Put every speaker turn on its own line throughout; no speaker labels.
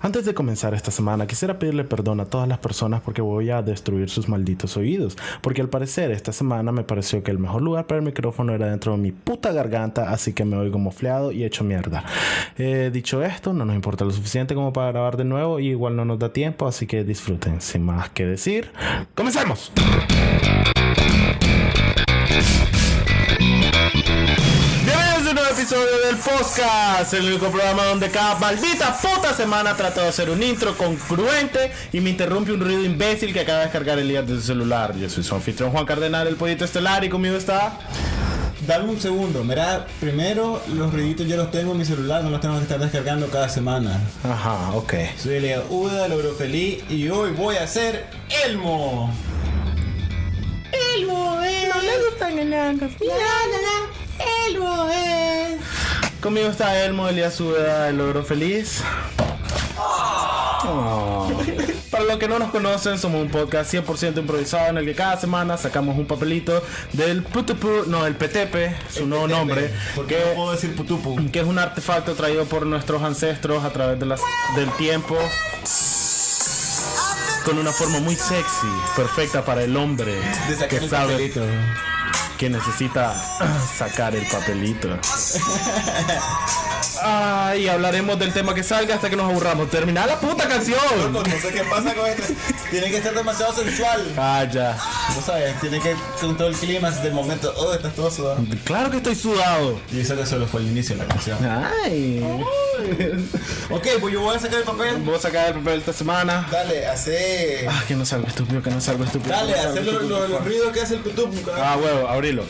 Antes de comenzar esta semana, quisiera pedirle perdón a todas las personas porque voy a destruir sus malditos oídos. Porque al parecer, esta semana me pareció que el mejor lugar para el micrófono era dentro de mi puta garganta, así que me oigo mofleado y hecho mierda. Eh, dicho esto, no nos importa lo suficiente como para grabar de nuevo y igual no nos da tiempo, así que disfruten. Sin más que decir, ¡comencemos! Bienvenidos a un nuevo episodio del podcast, el único programa donde cada maldita puta semana trato de hacer un intro congruente y me interrumpe un ruido imbécil que acaba de descargar el día de su celular. Yo soy su anfitrión Juan Cardenal, el pollito estelar, y conmigo está.
Dame un segundo, mira, primero los ruiditos yo los tengo en mi celular, no los tengo que estar descargando cada semana.
Ajá, ok.
Soy Leo Uda, logro feliz y hoy voy a ser Elmo. Elmo es. No le gustan enanos. Elmo es.
Conmigo está Elmo, Elías Ubeda, el logro feliz. Oh. Para los que no nos conocen, somos un podcast 100% improvisado en el que cada semana sacamos un papelito del putupu, no, el petepe, su nuevo nombre,
Porque no
que,
puedo decir putupu.
que es un artefacto traído por nuestros ancestros a través de las, del tiempo, con una forma muy sexy, perfecta para el hombre
De sacar
que
el
sabe
papelito.
que necesita sacar el papelito. Ah, y hablaremos del tema que salga hasta que nos aburramos. Termina la puta
No,
canción.
no sé qué pasa con esto. Tiene que ser demasiado sensual.
Calla.
No sabes, tiene que con todo el clima desde el momento. Oh, estás todo sudado.
Claro que estoy sudado.
Y eso que solo fue el inicio de la canción.
Ay.
Oh. Ok, pues yo voy a sacar el papel.
Voy a sacar el papel esta semana.
Dale, hace.
Ah, que no salgo estúpido, que no salgo estúpido.
Dale,
que no salgo
hacer los,
estúpido,
los-
por
los
favor.
ruidos que hace el putupu. cabrón.
Ah, huevo, abrilo.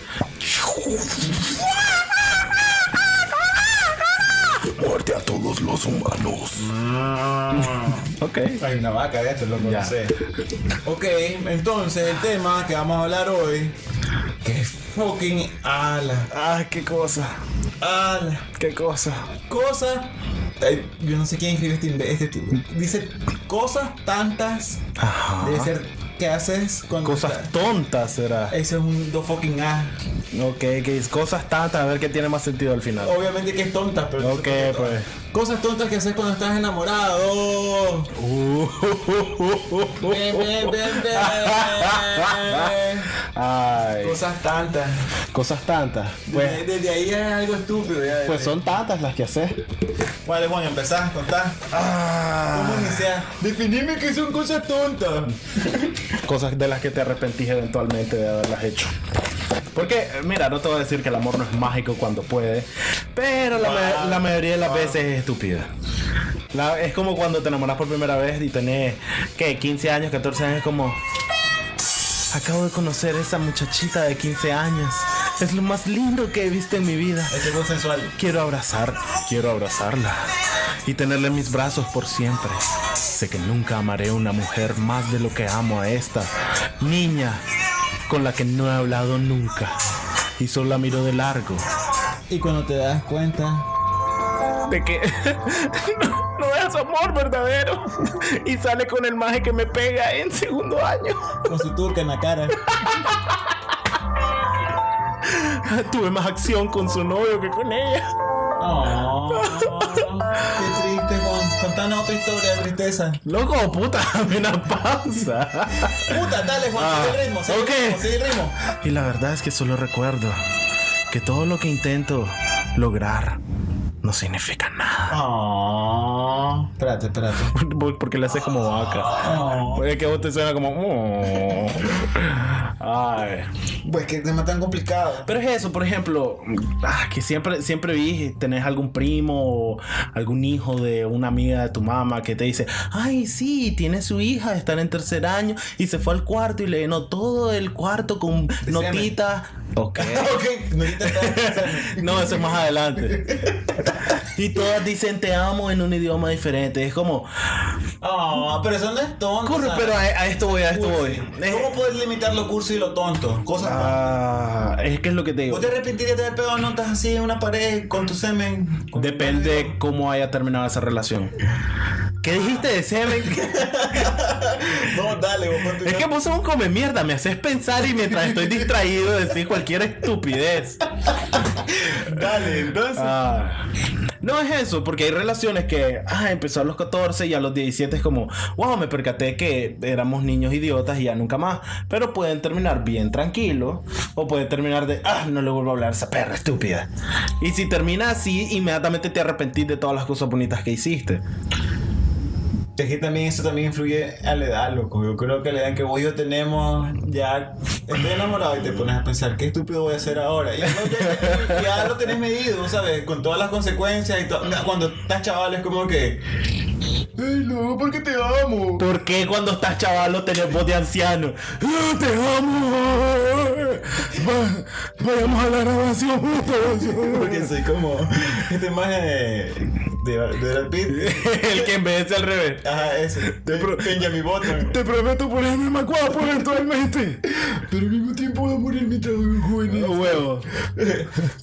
Muerte a todos los humanos.
Ah. Ok.
Hay una vaca adentro, loco,
Ya.
no sé. Ok, entonces el tema que vamos a hablar hoy. Que es fucking ala.
Ah, qué cosa.
Ala.
Qué cosa.
Cosas. ay, Yo no sé quién escribe este, imbe- este tipo. Dice cosas tantas.
Ajá.
Debe ser que haces cuando.
Cosas
estás-
tontas será.
Eso es un do fucking A.
Ok, que es cosas tantas, a ver qué tiene más sentido al final.
Obviamente que es tonta, pero. no
Ok,
sé por qué.
pues.
Cosas tontas que haces cuando estás enamorado. Ven, ven, ven, ven.
Ay,
Cosas tantas.
cosas tantas.
Desde-
Pues,
desde ahí es algo estúpido. Ya,
pues son tantas las que haces.
Vale, Juan, empezás a contar. Ah,
Ah.
¿Cómo iniciar? Definime que son cosas tontas.
Cosas de las que te arrepentís eventualmente de haberlas hecho. Porque, eh, mira, no te voy a decir que el amor no es mágico cuando puede, pero la, ma- la mayoría de las veces es estúpida. La- es como cuando te enamoras por primera vez y tenés, ¿qué? 15 años, 14 años, es como... Acabo de conocer a esa muchachita de 15 años. Es lo más lindo que he visto en mi vida.
Ese es sensual.
Quiero abrazar, quiero abrazarla y tenerla en mis brazos por siempre. Sé que nunca amaré a una mujer más de lo que amo a esta niña con la que no he hablado nunca y solo la miro de largo.
Y cuando te das cuenta.
De que no, es amor verdadero y sale con el maje que me pega en segundo año.
Con su turca en la cara.
Tuve más acción con su novio que con ella.
Oh, qué triste, Juan. Contanos otra historia de tristeza.
Loco, puta, dame una pausa.
Puta, dale, Juan,
Ah,
sigue el ritmo, sigue el
ok.
ritmo, sigue el ritmo.
Y la verdad es que solo recuerdo que todo lo que intento lograr no significa nada.
Oh. Espérate, espérate.
Por- Porque le haces como vaca.
Oh.
Oye, que vos te suena como. "Oh". Ay.
Pues que tema tan complicado.
Pero es eso, por ejemplo, ah, que siempre, siempre vi, tenés algún primo o algún hijo de una amiga de tu mamá que te dice, ay, sí, tiene su hija, están en tercer año y se fue al cuarto y le llenó todo el cuarto con notitas. Ok.
ok, no intentas.
No, eso es más adelante. Y todas dicen te amo en un idioma diferente. Es como,
Oh, pero eso no es tonto.
corre,
o sea,
pero a, a esto voy, a esto voy. Es,
¿Cómo puedes limitar lo curso y lo tonto? Cosas tontas.
Ah, es que es lo que te digo.
¿Vos te arrepentirías de haber pegado notas así en una pared con tu semen? Con-
Depende cómo haya terminado esa relación. ¿Qué dijiste de semen?
No, dale, vos con tu-
Es que vos sos un come mierda, me haces pensar y mientras estoy distraído decís cualquier estupidez.
Dale, entonces.
Ah, No es eso, porque hay relaciones que ah, empezó a los 14 y a los 17 es como, wow, me percaté que éramos niños idiotas y ya nunca más. Pero pueden terminar bien tranquilos o pueden terminar de, ah, no le vuelvo a hablar a esa perra estúpida. Y si termina así, inmediatamente te arrepentís de todas las cosas bonitas que hiciste.
Es que también eso también influye a la edad, loco. Yo creo que a la edad en que vos y yo tenemos, ya estoy enamorado y te pones a pensar, qué estúpido voy a hacer ahora. Y no, ya, ya- ya lo tenés medido, ¿sabes? Con todas las consecuencias y todo. Cuando estás chaval es como que... Ay, no, porque te amo.
¿Por qué cuando estás chavalo tenés voz de anciano? ¡Ah, ¡Te amo! Va- vayamos a la grabación juntos.
Porque soy como esta imagen de, de, de Brad Pitt.
El que envejece al revés.
Ajá, ese. De
pro-
Benjamin Button.
Te prometo ponerme más guapo eventualmente.
Pero al mismo tiempo voy a morir mientras soy
No huevo.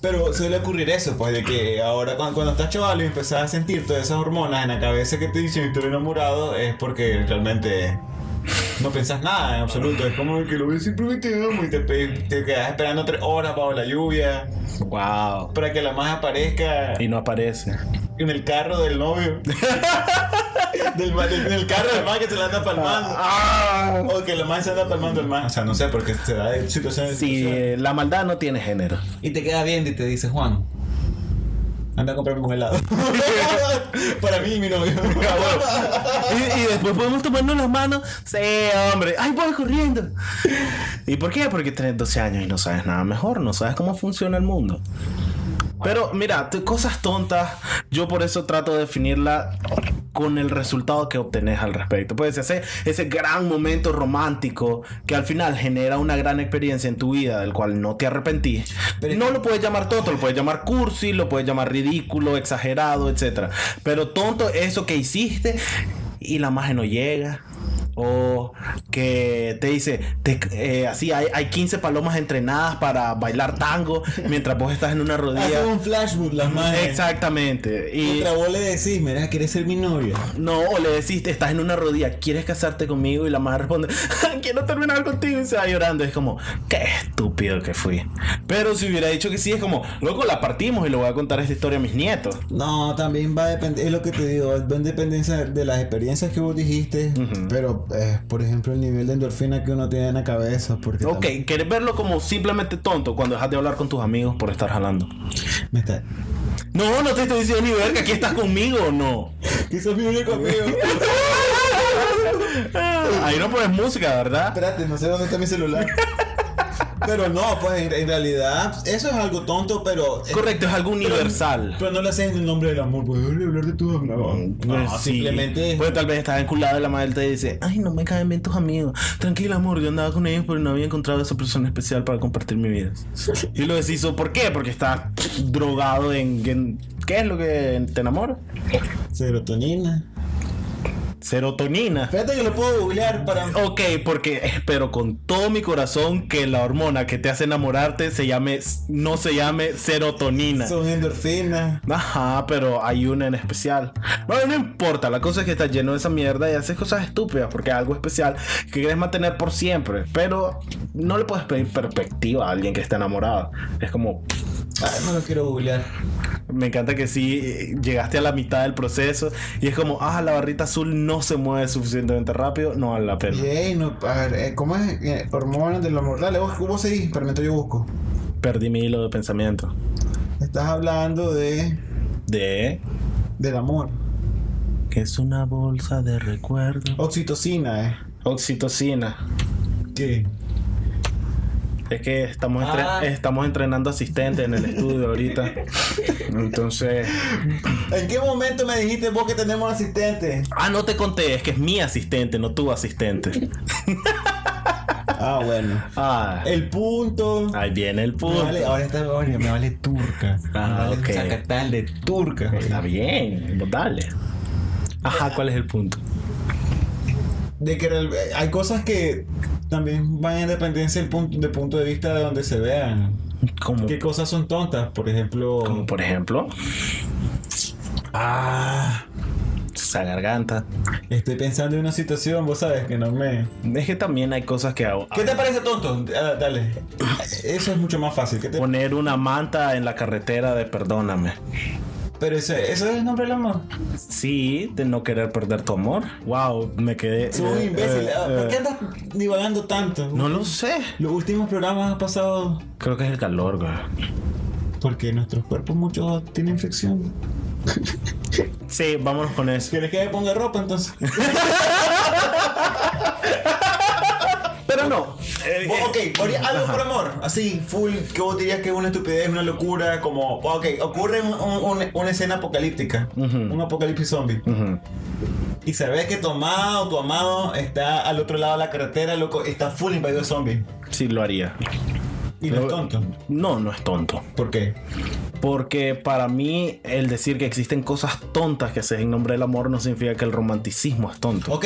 Pero suele ocurrir eso, pues, de que ahora cuando, cuando estás chaval y empezás a sentir todas esas hormonas en la cabeza que te dicen estoy enamorado, es porque realmente no pensás nada en absoluto. Es como que lo ves simplemente te amo y te, pe- te quedas esperando tres horas bajo la lluvia
Wow.
para que la más aparezca
Y no aparece.
en el carro del novio. del, ma- del- en el carro del más que se la anda palmando.
Ah.
O que la más se anda palmando el más. O sea, no sé, porque se da de situación en situación.
Sí, la maldad no tiene género.
Y te queda viendo y te dice, Juan, anda a comprarme un helado. Para mí y mi novio.
Y, y después podemos tomarnos las manos. Sí, hombre. Ay, voy corriendo. ¿Y por qué? Porque tenés 12 años y no sabes nada mejor, no sabes cómo funciona el mundo. Pero mira, t- cosas tontas, yo por eso trato de definirla con el resultado que obtenés al respecto. Puedes hacer ese gran momento romántico que al final genera una gran experiencia en tu vida del cual no te arrepentís.
Pero-
no lo puedes llamar tonto, lo puedes llamar cursi, lo puedes llamar ridículo, exagerado, etc. Pero tonto es eso que hiciste y la magia no llega. O que te dice, te- eh, así hay, hay 15 palomas entrenadas para bailar tango mientras vos estás en una
Hace
rodilla.
un flashbook las más.
Exactamente. Y
Contra vos le decís, mira, querés ser mi novia.
no, o le decís, estás en una rodilla, ¿quieres casarte conmigo? Y la madre responde, quiero terminar contigo. Y se va llorando. Es como, qué estúpido que fui. Pero si hubiera dicho que sí, es como, loco, la partimos y le voy a contar esta historia a mis nietos.
No, también va a depender, es lo que te digo, va en dependencia de las experiencias que vos dijiste, pero eh, por ejemplo el nivel de endorfina que uno tiene en la cabeza, porque
Ok,
tam-
¿querés verlo como simplemente tonto cuando dejas de hablar con tus amigos por estar jalando?
me está...
No, no te estoy diciendo ni verga, aquí estás conmigo o no.
Que sos mi único amigo.
Ah, Ahí no pones música, ¿verdad?
Espérate, no sé dónde está mi celular. Pero no, pues en, en realidad eso es algo tonto, pero...
Correcto, es algo
Pero-
universal.
Pero no lo haces en el nombre del amor, pues debería hablar de tus amigos. No,
Pues sí.
simplemente...
Pues tal vez estás enculado y la madre te dice: Ay, no me caen bien tus amigos. Tranquila, amor, yo andaba con ellos, pero no había encontrado a esa persona especial para compartir mi vida. Y lo deshizo, ¿por qué? Porque estás drogado en. en- ¿Qué es lo que te enamora?
Serotonina.
Serotonina.
Espérate que lo puedo googlear para...
Ok, porque espero con todo mi corazón que la hormona que te hace enamorarte se llame. No se llame serotonina.
Son endorfinas.
Ajá, pero hay una en especial. Bueno, no importa, la cosa es que estás lleno de esa mierda y haces cosas estúpidas porque es algo especial que quieres mantener por siempre. Pero no le puedes pedir perspectiva a alguien que está enamorado. Es como,
Ay, no lo quiero googlear.
me encanta que sí eh, llegaste a la mitad del proceso y es como, ah, la barrita azul no se mueve suficientemente rápido, no vale la pena.
Yay, no, a ver, eh, ¿cómo es? Eh, hormonas del amor. Dale, vos, vos seguís, pero mientras yo busco.
Perdí mi hilo de pensamiento.
Estás hablando de...
De
del amor.
que es una bolsa de recuerdo.
Oxitocina, ¿eh?
Oxitocina.
¿Qué?
Es que estamos, entre-
Ah.
estamos entrenando asistentes en el estudio ahorita. Entonces.
¿En qué momento me dijiste vos que tenemos asistente?
Ah, no te conté, es que es mi asistente, no tu asistente.
Ah, bueno.
Ah,
El punto.
ahí viene Ah, el
Me
punto.
vale- ahora está ahora me vale turca.
Ah,
me vale
ok.
un Zacatal de turca.
Está bien, vos dale. Ajá, ¿cuál es el punto?
De que real- hay cosas que también van en dependencia del punto, del punto de vista de donde se vean.
Como,
¿Qué cosas son tontas? Por ejemplo.
como por ejemplo,
Ah.
esa garganta.
Estoy pensando en una situación, vos sabes que no me.
Es que también hay cosas que hago.
¿Qué te parece tonto? Ah, dale.
Ah,
Eso es mucho más fácil. ¿Qué te
Poner una manta en la carretera de perdóname.
Pero ese, ese es el nombre del amor.
Sí, de no querer perder tu amor. Wow, me quedé.
Soy un
eh,
imbécil.
eh,
Ah, ¿Por qué
eh,
andas divagando tanto?
no lo sé.
Los últimos programas han pasado
Creo que es el calor, güey.
porque nuestros cuerpos muchos tienen fricción.
Sí, vámonos con eso.
¿Quieres que me ponga ropa entonces?
Pero no. eh,
Vos, ok, haría algo por amor, así, full, que vos dirías que es una estupidez, una locura, como, ok, ocurre un- un- un- una escena apocalíptica, un apocalipsis zombie,
Ujú.
y sabes que tu amado o tu amado está al otro lado de la carretera, loco, está full invadido de zombies,
Sí, lo haría.
y no es tonto.
No, no es tonto.
¿Por qué?
Porque para mí el decir que existen cosas tontas que se hacen en nombre del amor no significa que el romanticismo es tonto.
Ok,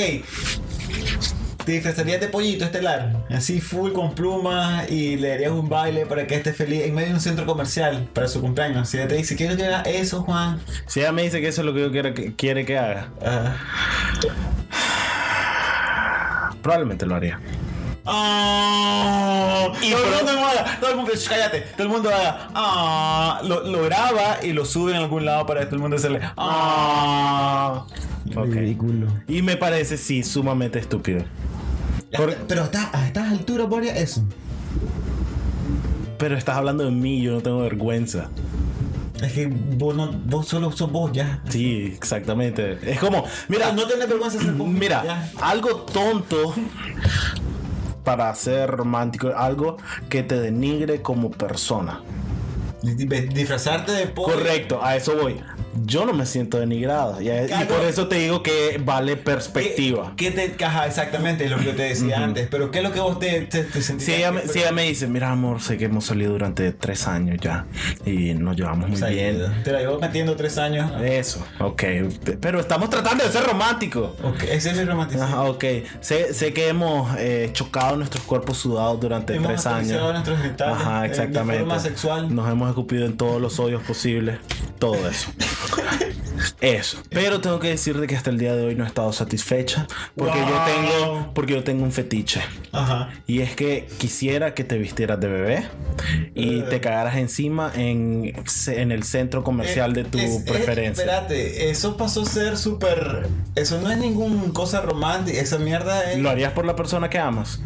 te disfrazarías de pollito estelar, así full con plumas, y le darías un baile para que esté feliz en medio de un centro comercial para su cumpleaños. Si ella te dice, quiero que haga eso, Juan.
Si ella me dice que eso es lo que yo quiero que, quiere que haga,
Ah.
probablemente lo haría.
Ah,
Y
todo
por-
el mundo haga, todo el mundo, sh, cállate, todo el mundo haga, ah, lo, lo graba y lo sube en algún lado para que todo el mundo hacerle, ah,
Ok.
ridículo.
Y me parece, sí, sumamente estúpido. Por-
Pero está, a estas alturas, ¿por eso?
Pero estás hablando de mí, yo no tengo vergüenza.
Es que vos, no, vos solo sos vos ya.
Sí, exactamente. Es como, mira,
No tenés vergüenza de ser vos.
Mira,
ya.
algo tonto para ser romántico, algo que te denigre como persona.
Di- di- disfrazarte de pollo.
Correcto, a eso voy. Yo no me siento denigrado y, y
Claro. Eh,
por eso te digo que vale perspectiva.
¿Qué, qué te ajá, exactamente lo que yo te decía antes? Pero ¿qué es lo que vos te, te, te sentís?
Si ella, me, si ella me dice, mira amor, sé que hemos salido durante tres años ya y nos llevamos muy bien.
Te la llevo metiendo tres años.
Eso, ok. P- Pero estamos tratando de ser románticos.
Ok, ese es el romanticismo.
Ajá, ok. Sé, sé que hemos eh, chocado nuestros cuerros sudados durante
Hemos
tres
acariciado
años.
nuestros genitales, eh,
Ajá,
de
exactamente.
forma sexual.
Nos hemos escupido en todos los hoyos posibles. Todo eso. Eso. Pero tengo que decirte que hasta el día de hoy no he estado satisfecha. Porque yo
Wow.
tengo. Porque yo tengo un fetiche.
Ajá.
Y es que quisiera que te vistieras de bebé y
Eh.
te cagaras encima en, en el centro comercial de tu
Eh, Es- es-
preferencia.
espérate, eso pasó a ser súper. Eso no es ningún cosa romántica. Esa mierda es.
¿Lo harías por la persona que amas?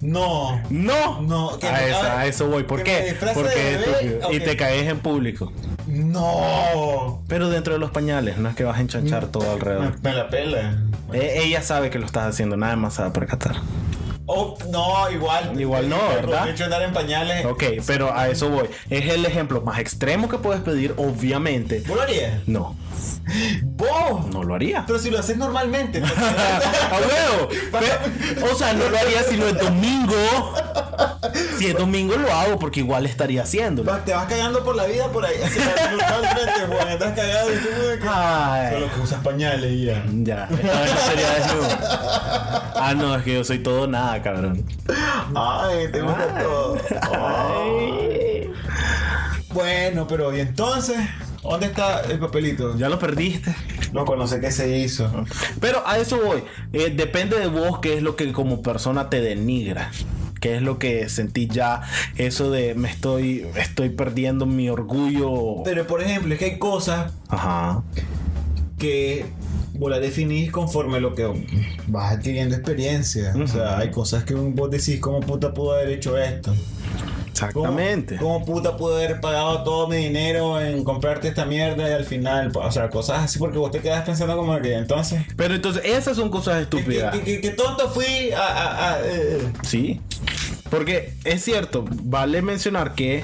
No.
No,
No, que
a,
me-
esa-
a ver,
a eso voy. ¿Por
que me
qué?
disfrace
Porque
de bebé,
estúpido. y
ok.
te caes en público.
No.
Pero dentro de los pañales, no es que vas a
Mm.
enchanchar todo
Me,
alrededor.
me la pela.
Eh, ella sabe que lo estás haciendo, nada más se va a percatar.
Oh, no, igual.
Igual no, ¿verdad?
De hecho, andar en pañales.
Ok, pero a eso voy. Es el ejemplo más extremo que puedes pedir, obviamente.
¿Vos lo harías?
No,
¡Vos!
no lo haría.
Pero si lo haces normalmente. pues, ¿no?
¡A huevo! Pe- O sea, no lo haría si no es domingo. Si es domingo lo hago porque igual estaría haciéndolo.
Vas- te vas cagando por la vida por ahí. Así, normalmente, pues, Juan. Estás cagado y tú.
Ay.
Solo que usas pañales y ya.
Ya, esta vez no sería desnudo. Ah, no, es que yo soy todo nada, cabrón.
Ay, te gusta todo. Ay. Bueno, pero y entonces, ¿dónde está el papelito?
Ya lo perdiste.
Loco, no sé qué se hizo.
Pero a eso voy. Eh, depende de vos qué es lo que como persona te denigra. Qué es lo que sentí ya. Eso de me estoy, estoy perdiendo mi orgullo.
Pero por ejemplo, es que hay cosas
Ajá.
que vos las definís conforme lo que vas adquiriendo experiencia. O sea, hay cosas que vos decís, ¿cómo puta pudo haber hecho esto? ¿Cómo-
Exactamente.
¿Cómo, puta pudo haber pagado todo mi dinero en comprarte esta mierda y al final? O sea, cosas así porque vos te quedas pensando como que entonces...
Pero entonces, esas son cosas
¿Qué, qué-
estúpidas.
qué- qué- qué tonto fui a... a- a- eh,
Sí. Porque es cierto, vale mencionar que.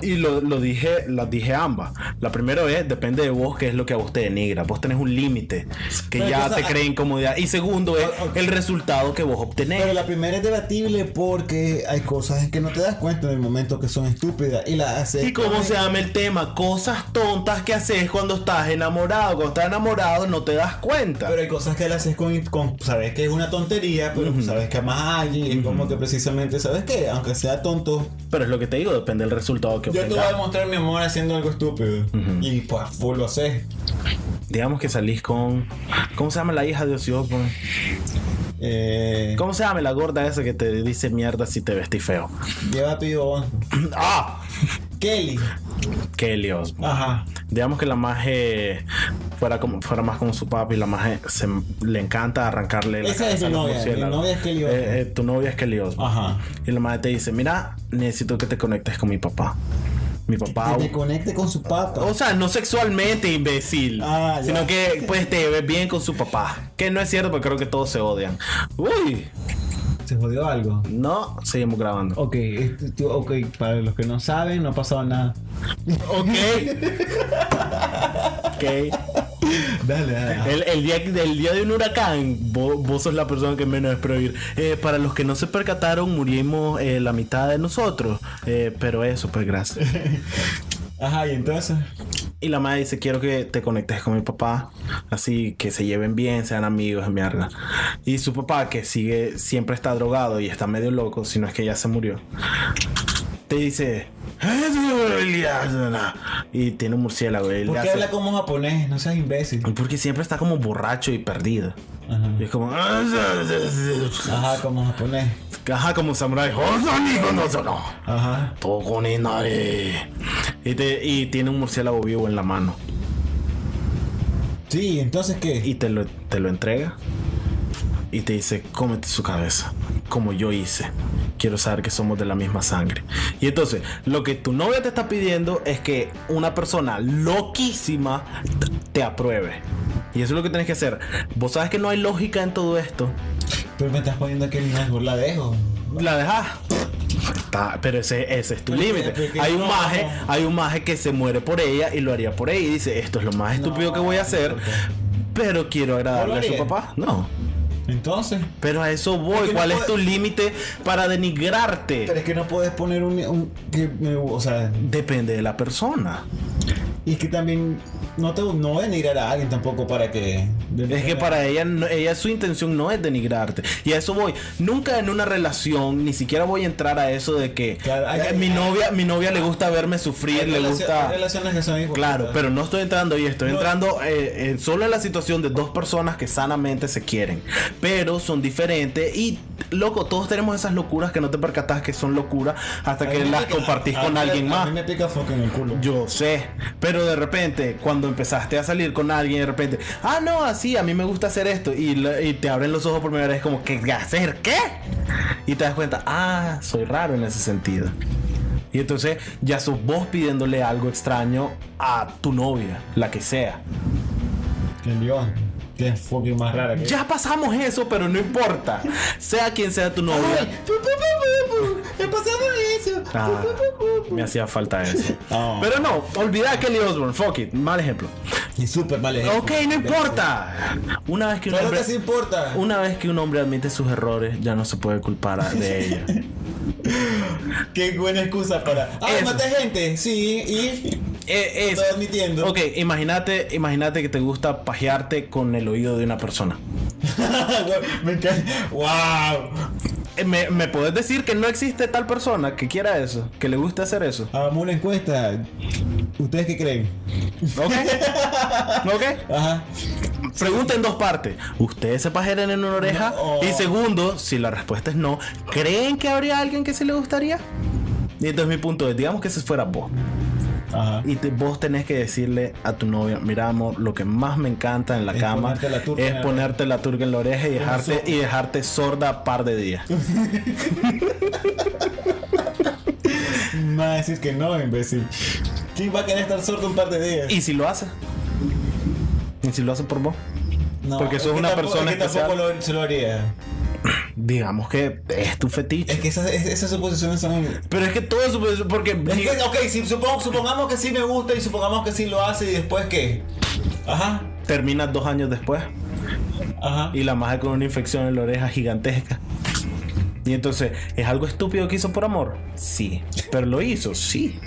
Y lo, lo dije, las dije ambas. La primera es, depende de vos qué es lo que a vos te denigra. Vos tenés un límite que
Pero
ya
entonces,
te
ah,
crea incomodidad. Y segundo es
Ah, ok.
el resultado que vos obtenés.
Pero la primera es debatible porque hay cosas que no te das cuenta en el momento que son estúpidas y las haces.
¿Y cómo se llama el tema? Cosas tontas que haces cuando estás enamorado. Cuando estás enamorado no te das cuenta.
Pero hay cosas que las haces con, con- Sabes que es una tontería, pero sabes que amas a alguien y es como que precisamente, ¿sabes qué? Aunque sea tonto,
Pero es lo que te digo, depende del resultado que
yo te voy a
obtengas.
demostrar mi amor haciendo algo estúpido. Y pues, full lo haces.
Digamos que salís con... ¿Cómo se llama la hija de Ozzy Osbourne?
Eh,
¿Cómo se llama la gorda esa que te dice mierda si te vestís feo?
lleva a Pío
¡Ah!
Kelly.
Kelly Osbourne.
Ajá.
Digamos que la maje fuera como fuera más como su papi, la maje se, le encanta arrancarle la
Esa
cabeza
es mi
a los
novia, mi
murciélagos.
novia es Ah. Kelly Osbourne.
Eh, eh, tu novia es Kelly Osbourne.
Ajá.
Y la madre te dice, mira, necesito que te conectes con mi papá. Mi papá...
Que te conecte con su papa.
O sea, no sexualmente, imbécil.
Ah, ya.
sino que pues te ves bien con su papá. Que no es cierto porque creo que todos se odian. Uy,
¿Se jodió algo?
no, seguimos grabando.
Ok, este- tú- ok, para los que no saben, no ha pasado nada.
Ok. ok.
Dale, dale.
El, el día, el día de un huracán, vo- vos, sos la persona que menos espero oír. Eh, para los que no se percataron, murimos eh, la mitad de nosotros. Eh, pero eso, pues gracias.
Ajá, y entonces.
Y la madre dice, quiero que te conectes con mi papá. Así que se lleven bien, sean amigos de mierda. Y su papá, que sigue, siempre está drogado y está medio loco, si no es que ya se murió. Te dice... "Eh, Y tiene un murciélago. y le
¿Por qué
hace-
habla como japonés? No seas imbécil.
Porque siempre está como borracho y perdido.
Ajá.
Y es como...
Ajá, como japonés.
Ajá, como samurai.
Ajá.
Y, te- y tiene un murciélago vivo en la mano.
Sí, entonces qué?
Y te lo, te lo entrega. Y te dice, cómete su cabeza. Como yo hice. Quiero saber que somos de la misma sangre. Y entonces, lo que tu novia te está pidiendo es que una persona loquísima t- te apruebe. Y eso es lo que tienes que hacer. Vos sabes que no hay lógica en todo esto.
Pero me estás poniendo que no la dejo.
La dejas. Está- pero ese, ese es tu
Pero,
límite.
pero que
Hay un
no.
maje, hay un maje que se muere por ella y lo haría por ella y dice, esto es lo más estúpido que voy a hacer,
¿por qué?
pero quiero
¿No
agradarle
lo
a su
haría?
papá. No.
Entonces.
Pero a eso voy.
que no
¿Cuál es
puede-
tu límite para denigrarte?
Pero es que no puedes poner un. un- que me- o sea,
Depende de la persona.
y es que también. No te no denigrar a alguien tampoco para que.
Es que para ella, no- ella su intención no es denigrarte. Y a eso voy. Nunca en una relación, ni siquiera voy a entrar a eso de que
Claro, hay-
eh,
hay-
mi
hay-
novia, mi novia le gusta verme sufrir,
Hay
le
relacio-
gusta.
hay relaciones que son iguales.
Claro, pero no estoy entrando ahí, estoy
No.
entrando eh, en- solo en la situación de dos personas que sanamente se quieren, pero son diferentes y loco, todos tenemos esas locuras que no te percatas que son locuras hasta
A
que
mí me
las
pica-
compartís
a
con
mí-
alguien
A
más.
mí me pica foco en el culo.
Yo sé, pero de repente, cuando empezaste a salir con alguien, de repente, ah, no, así, a mí me gusta hacer esto, y, lo- y te abren los ojos por primera vez, como, ¿qué hacer? ¿Qué? Y te das cuenta, ah, soy raro en ese sentido. Y entonces ya sos vos pidiéndole algo extraño a tu novia, la que sea.
Que el león. Que es fucking más rara que.
Ya pasamos eso, pero no importa. Sea quien sea tu novia.
Ay, pu, pu, pu, pu, pu. He pasado eso. Pu,
Ah,
pu, pu, pu, pu.
me hacía falta eso.
Ah.
Pero no, olvida a Kelly Osbourne, fuck it, mal ejemplo.
Y súper mal ejemplo.
Ok, no importa. Una vez que un
Claro
hombre,
que sí importa.
una vez que un hombre admite sus errores, ya no se puede culpar a- de ella.
Qué buena excusa para. Ah,
Eso.
mata gente. Sí, y.
Eh, es-
Estoy admitiendo.
Ok, imagínate, imagínate que te gusta pajearte con el oído de una persona.
me encanta. ¡Wow!
Eh, ¿Me, me podés decir que no existe tal persona que quiera eso? ¿Que le guste hacer eso?
Hagamos una encuesta. ¿Ustedes qué creen?
¿Ok? ¿Ok?
Ajá.
Pregunta en dos partes. ¿Ustedes se pajean en una oreja?
No.
Y segundo, si la respuesta es no, ¿creen que habría alguien que sí le gustaría? Y entonces mi punto es, digamos que ese fuera vos.
Ajá.
Y te- vos tenés que decirle a tu novia, mira amor, lo que más me encanta en la
Es
cama
ponerte la turca
es
en la-
ponerte la turca en la oreja y dejarte,
sorda.
y dejarte sorda par de días.
Me va a decir que no, imbécil. ¿Quién va a querer estar sordo un par de días?
y si lo hace, y si lo hace por vos,
No,
porque sos
es que
una
tampoco-
persona
es que tampoco lo, se lo haría.
digamos que es tu fetiche.
Es que esas, es- esas suposiciones son.
Pero es que todo eso, pues, porque
Es que, ok, si supong- supongamos que sí me gusta y supongamos que sí lo hace y después qué. Ajá.
terminas dos años después
Ajá.
y la maja con una infección en la oreja gigantesca. Y entonces, ¿es algo estúpido que hizo por amor? Sí. Pero lo hizo, sí.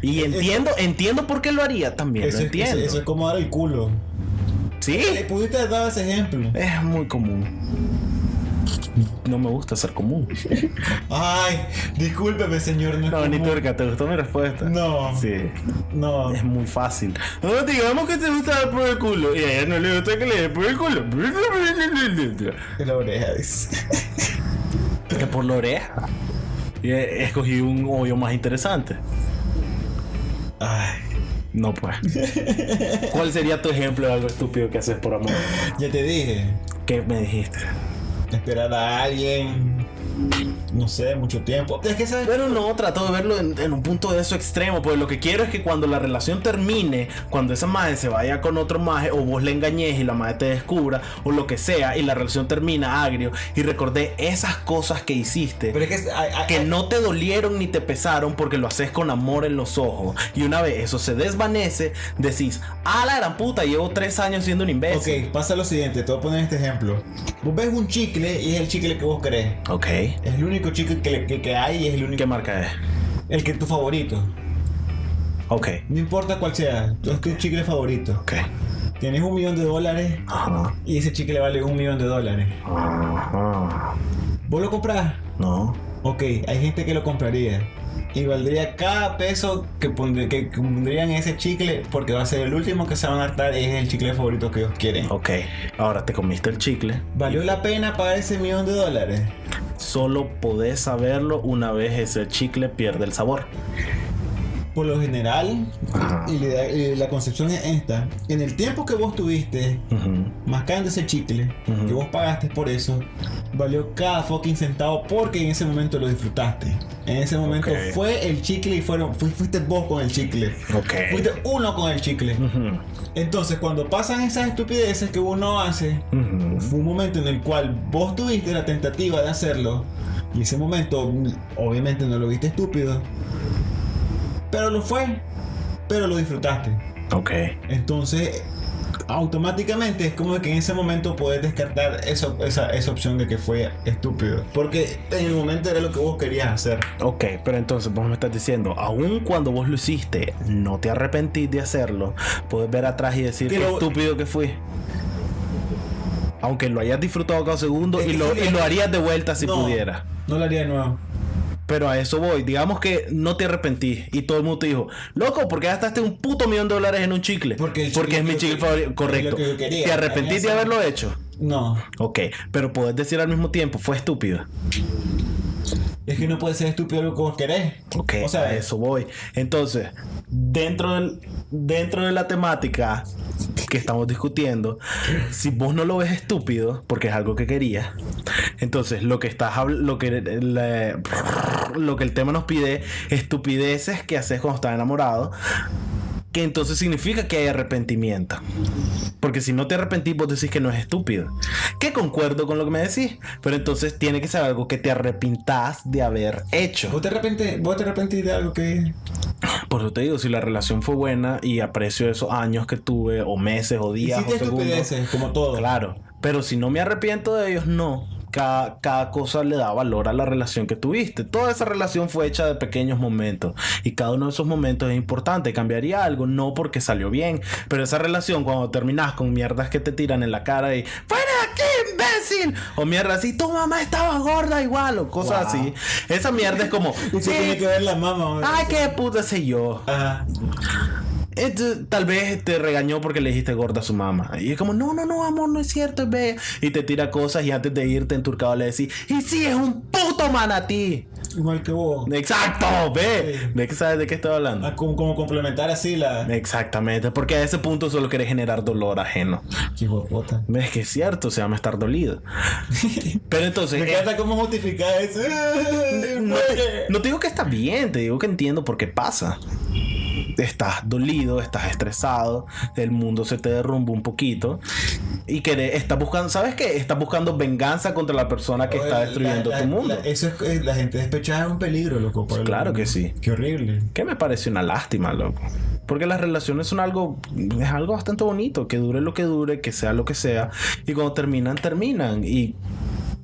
Y entiendo, entiendo por qué lo haría también.
Eso
lo
es,
entiendo.
eso- eso es como dar el culo.
Sí,
Eh, Pudiste haber dado ese ejemplo.
es muy común. No me gusta ser común.
Ay, discúlpeme, señor. No, es
No, ni
común.
turca, ¿te gustó mi respuesta?
No.
Sí,
No.
es muy fácil. No, digamos que te gusta dar por el culo. Y a ella no le gusta que le dé por el culo.
En la oreja, dice.
Que por la oreja. Y eh, escogí un hoyo más interesante.
Ay,
No, pues. ¿Cuál sería tu ejemplo de algo estúpido que haces por amor?
ya te dije.
¿Qué me dijiste?
Esperar a alguien. No sé, mucho tiempo. Es que sabes.
Pero no, trato de verlo en, en un punto de eso extremo, pues lo que quiero es que cuando la relación termine, cuando esa maje se vaya con otro maje, o vos le engañes y la maje te descubra, o lo que sea, y la relación termina agrio, y recordé esas cosas que hiciste.
Pero es que. ay, ay,
que
ay,
no te dolieron ni te pesaron porque lo haces con amor en los ojos. Y una vez eso se desvanece, decís, a la gran puta, llevo tres años siendo un imbécil.
Ok, pasa lo siguiente. Te voy a poner este ejemplo. Vos ves un chicle y es el chicle que vos crees.
Ok.
Es el único chicle que, que, que hay y es el único.
¿Qué marca es?
El que es tu favorito.
Ok.
No importa cuál sea, es tu chicle favorito.
Ok.
Tienes un millón de dólares
Ajá.
y ese chicle vale un millón de dólares.
Ajá.
¿Vos lo comprás?
No.
Ok, hay gente que lo compraría. Y valdría cada peso que, pondr- que pondrían en ese chicle porque va a ser el último que se van a hartar y es el chicle favorito que ellos quieren.
Ok. Ahora te comiste el chicle.
¿Valió la pena pagar ese millón de dólares?
Solo podés saberlo una vez ese chicle pierde el sabor.
Por lo general,
Ajá.
y la, y la concepción es esta. En el tiempo que vos tuviste
Ujú.
mascando ese chicle
Ujú.
que vos pagaste por eso, valió cada fucking centavo porque en ese momento lo disfrutaste. En ese momento
Ok.
fue el chicle y fueron, fui- fuiste vos con el chicle.
Ok.
Fuiste uno con el chicle.
Ujú.
Entonces, cuando pasan esas estupideces que uno hace,
Ujú.
fue un momento en el cual vos tuviste la tentativa de hacerlo. Y ese momento, obviamente, no lo viste estúpido. Pero lo fue. Pero lo disfrutaste.
Ok.
Entonces, automáticamente es como que en ese momento podés descartar eso- esa, esa opción de que fue estúpido. Porque en el momento era lo que vos querías hacer.
Ok, pero entonces vos me estás diciendo, aun cuando vos lo hiciste, no te arrepentís de hacerlo, puedes ver atrás y decir
Que
qué
lo-
estúpido que fui. Aunque lo hayas disfrutado cada segundo
Es
y
que
lo,
sí,
y
es-
lo harías de vuelta si
No,
pudiera.
No lo haría de nuevo.
Pero a eso voy. Digamos que no te arrepentís y todo el mundo te dijo, loco, ¿por qué gastaste un puto millón de dólares en un chicle?
Porque el chicle
es mi
que-
chicle
que-
favorito.
lo
Correcto.
que yo quería.
¿Te arrepentís de
Esa-
haberlo hecho?
No.
Ok, pero puedes decir al mismo tiempo, fue estúpido.
Es que no puede ser estúpido lo que vos querés.
Ok,
O sea,
a eso voy. Entonces, dentro, del, dentro de la temática que estamos discutiendo, si vos no lo ves estúpido, porque es algo que querías, entonces lo que estás habl- lo que le- lo que el tema nos pide, estupideces que haces cuando estás enamorado, que entonces significa que hay arrepentimiento. Porque si no te arrepentís, vos decís que no es estúpido. Que concuerdo con lo que me decís, pero entonces tiene que ser algo que te arrepintás de haber hecho.
¿Vos te, arrepentís, ¿Vos te arrepentís de algo que...
Por eso te digo, si la relación fue buena y aprecio esos años que tuve, o meses, o días,
Hiciste
o segundos.
estupideces, como todo.
Claro, pero si no me arrepiento de ellos, no. Cada, cada cosa le da valor a la relación que tuviste. Toda esa relación fue hecha de pequeños momentos y cada uno de esos momentos es importante. Cambiaría algo, no porque salió bien, pero esa relación cuando terminas con mierdas que te tiran en la cara y ¡Fuera de aquí, imbécil! O mierda así, tu mamá estaba gorda igual o cosas
Wow.
así. Esa mierda es como,
Y eso tiene
"Sí,
que ver la mamá. hombre.
ay, qué puta sé yo.
Ajá.
Este, tal vez te regañó porque le dijiste gorda a su mamá. Y es como, no, no, no, amor, no es cierto, es bella. Y te tira cosas y antes de irte enturcado le decís, y sí, es un puto manatí.
Igual que vos.
Exacto, ve.
Sí.
¿De qué sabes de qué estoy hablando?
Ah, como, como complementar así la...
Exactamente, porque a ese punto solo querés generar dolor ajeno.
Qué guapota.
Es que es cierto, se llama estar dolido. Pero entonces...
Me
eh,
encanta cómo justificar eso.
no, te, no te digo que está bien, te digo que entiendo por qué pasa. Estás dolido, estás estresado, el mundo se te derrumbó un poquito y que estás buscando, ¿sabes qué? Estás buscando venganza contra la persona que está
La-
destruyendo
la-
tu mundo. Pues
la- eso es, eh, la gente despechada es un peligro, loco. para el
Claro
mundo.
que sí.
Qué horrible.
Que me parece una lástima, loco. Porque las relaciones son algo, es algo bastante bonito, que dure lo que dure, que sea lo que sea, y cuando terminan, terminan y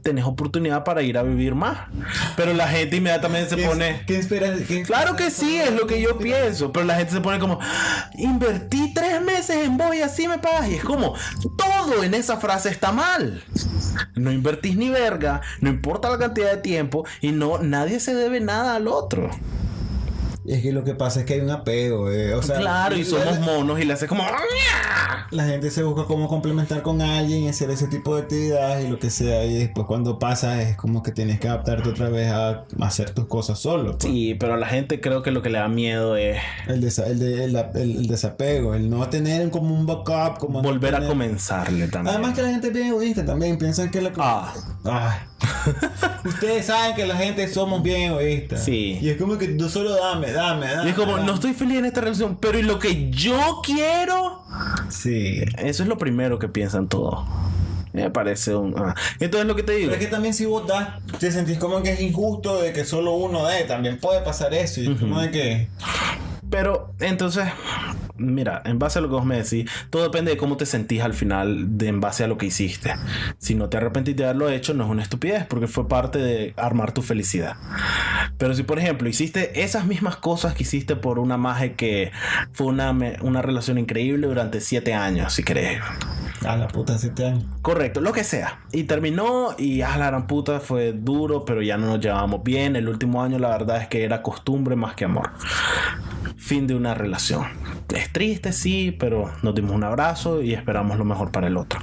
tenés oportunidad para ir a vivir más. Pero la gente inmediatamente se
¿Qué,
pone...
¿Qué esperas? qué-
Claro que sí, es lo que yo pienso. Pero la gente se pone como, "Ah, invertí tres meses en vos y así me pagas. Y es como, todo en esa frase está mal. No invertís ni verga, no importa la cantidad de tiempo y no, nadie se debe nada al otro.
Es que lo que pasa es que hay un apego, eh, o sea...
claro, y somos monos y le haces como.
La gente se busca cómo complementar con alguien y hacer ese tipo de actividades y lo que sea. Y después cuando pasa es como que tienes que adaptarte otra vez a hacer tus cosas solo. pues.
Sí, pero a la gente creo que lo que le da miedo es
El, desa- el de- el- el- el desapego, el no tener como un backup, como... no
volver a
tener-
comenzarle también.
Además que la gente es bien egoísta también, piensan que la...
Ah.
Ah. Ustedes saben que la gente somos bien egoístas.
Sí.
Y es como que tú solo dame, dame, dame.
Y es como,
dame.
no estoy feliz en esta relación, pero ¿y lo que yo quiero?
Sí.
Eso es lo primero que piensan todos. Me parece un. ah. Entonces, lo que te digo.
Pero es que también si vos das, te sentís como que es injusto de que solo uno dé, también puede pasar eso. Y es como de que...
Pero entonces, mira, en base a lo que vos me decís, todo depende de cómo te sentís al final, de en base a lo que hiciste. Si no te arrepentiste de haberlo hecho, no es una estupidez, porque fue parte de armar tu felicidad. Pero si, por ejemplo, hiciste esas mismas cosas que hiciste por una maje que fue una, me- una relación increíble durante siete años, si querés.
A la puta, siete años.
Correcto, lo que sea. Y terminó y ah, la gran puta fue duro, pero ya no nos llevábamos bien. El último año la verdad es que era costumbre más que amor. Fin de una relación. Es triste, sí, pero nos dimos un abrazo y esperamos lo mejor para el otro.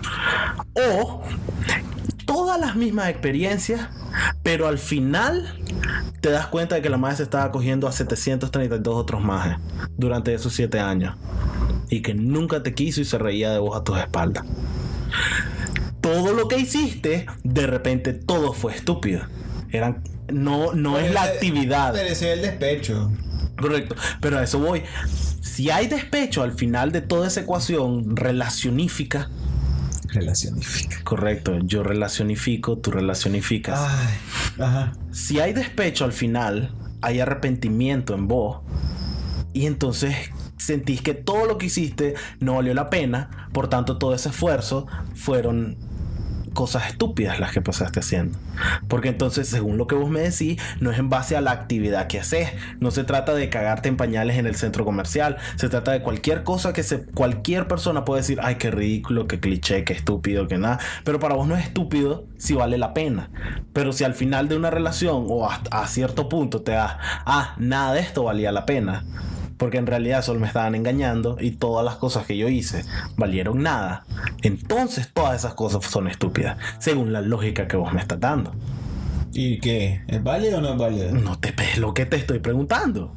O todas las mismas experiencias, pero al final te das cuenta de que la madre se estaba cogiendo a 732 otros majes durante esos 7 años. Y que nunca te quiso y se reía de vos a tus espaldas todo lo que hiciste, de repente todo fue estúpido. Eran, no, no es la
Pero ese-
actividad.
Pero ese es el despecho.
Correcto. Pero a eso voy. Si hay despecho al final de toda esa ecuación relacionífica.
Relacionifica.
Correcto. Yo relacionifico, tú relacionificas.
Ay, ajá.
Si hay despecho al final, hay arrepentimiento en vos. Y entonces sentís que todo lo que hiciste no valió la pena. Por tanto, todo ese esfuerzo fueron cosas estúpidas las que pasaste haciendo. Porque entonces, según lo que vos me decís, no es en base a la actividad que haces. No se trata de cagarte en pañales en el centro comercial. Se trata de cualquier cosa que se, cualquier persona puede decir, ay, qué ridículo, qué cliché, qué estúpido, qué nada. Pero para vos no es estúpido si vale la pena. Pero si al final de una relación o hasta a cierto punto te das, ah, nada de esto valía la pena. Porque en realidad solo me estaban engañando y todas las cosas que yo hice valieron nada. Entonces todas esas cosas son estúpidas, según la lógica que vos me estás dando.
¿Y qué? ¿Es válido o no es válido?
No te pe- lo que te estoy preguntando.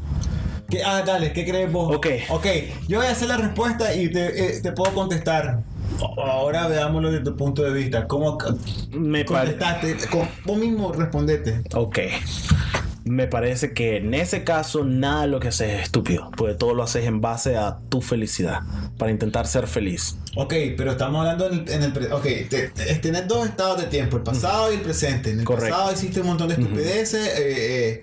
¿Qué- Ah, dale, ¿qué crees vos?
Ok.
Ok, yo voy a hacer la respuesta y te, eh, te puedo contestar. O- Ahora veámoslo desde tu punto de vista. ¿Cómo c-
Me parece.
contestaste? Con- Vos mismo respondete.
Ok. Me parece que en ese caso nada de lo que haces es estúpido, porque todo lo haces en base a tu felicidad, para intentar ser feliz.
Ok, pero estamos hablando en el, en el pre- Ok, te- te- tenés dos estados de tiempo, el pasado y el presente. En el
Correcto.
pasado hiciste un montón de estupideces, eh, eh,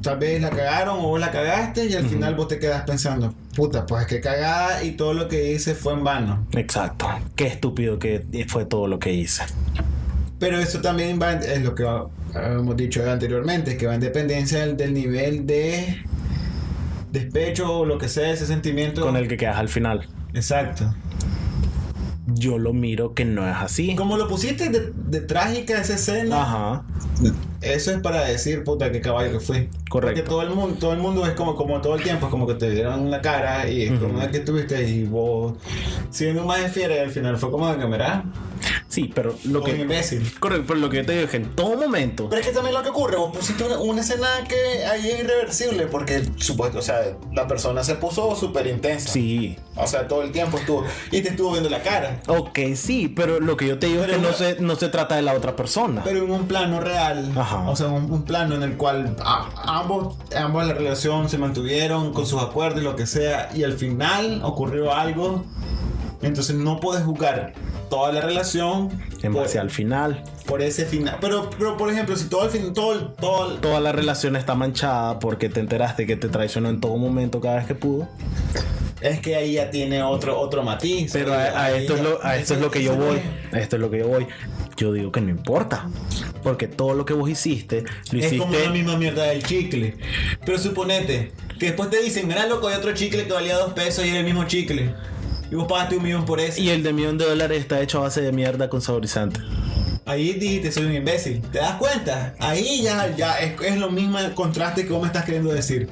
tal vez la cagaron o vos la cagaste y al final vos te quedas pensando, puta, pues que cagada y todo lo que hice fue en vano.
Exacto. Qué estúpido que fue todo lo que hice.
Pero eso también va, en- es lo que hemos dicho anteriormente, que va en dependencia del, del nivel de despecho o lo que sea, ese sentimiento.
Con el que quedas al final.
Exacto.
Yo lo miro que no es así.
Como lo pusiste de, de trágica esa escena.
Ajá.
Eso es para decir, puta, qué caballo que fui.
Correcto.
Porque todo el mundo, todo el mundo es como, como todo el tiempo, es como que te dieron la cara y es como que tuviste y vos siendo más de fiera y al final fue como de cámara.
Sí, pero lo
un
que.
imbécil.
Correcto, pero lo que yo te digo es que en todo momento.
Pero es que también lo que ocurre, vos pusiste una, una escena que ahí es irreversible, porque supuesto, o sea, la persona se puso súper intensa.
Sí.
O sea, todo el tiempo estuvo. Y te estuvo viendo la cara.
Ok, sí, pero lo que yo te digo es
Pero
que no
una-
se, no se trata de la otra persona.
Pero en un plano real,
Ajá.
o sea, un, un plano en el cual a- ambos, ambos la relación se mantuvieron con sus acuerdos y lo que sea, y al final ocurrió algo, entonces no puedes juzgar toda la relación
en
por,
base al final.
por ese final. Pero, pero, por ejemplo, si todo el fin, todo, el- todo, el-
Toda la relación está manchada porque te enteraste que te traicionó en todo momento cada vez que pudo.
es que ahí ya tiene otro, otro matiz.
Pero a, a
Ahí
esto es
ya-
lo, a esto es lo que yo voy. A esto es lo que yo voy. Yo digo que no importa. Porque todo lo que vos hiciste, lo
Es como la
hiciste.
misma mierda del chicle. Pero suponete que después te dicen, mira loco, hay otro chicle que valía dos pesos y era el mismo chicle. Y vos pagaste un millón por eso.
Y el de millón de dólares está hecho a base de mierda con saborizante.
Ahí dijiste, soy un imbécil. ¿Te das cuenta? Ahí ya, ya es, es lo mismo el contraste que vos me estás queriendo decir.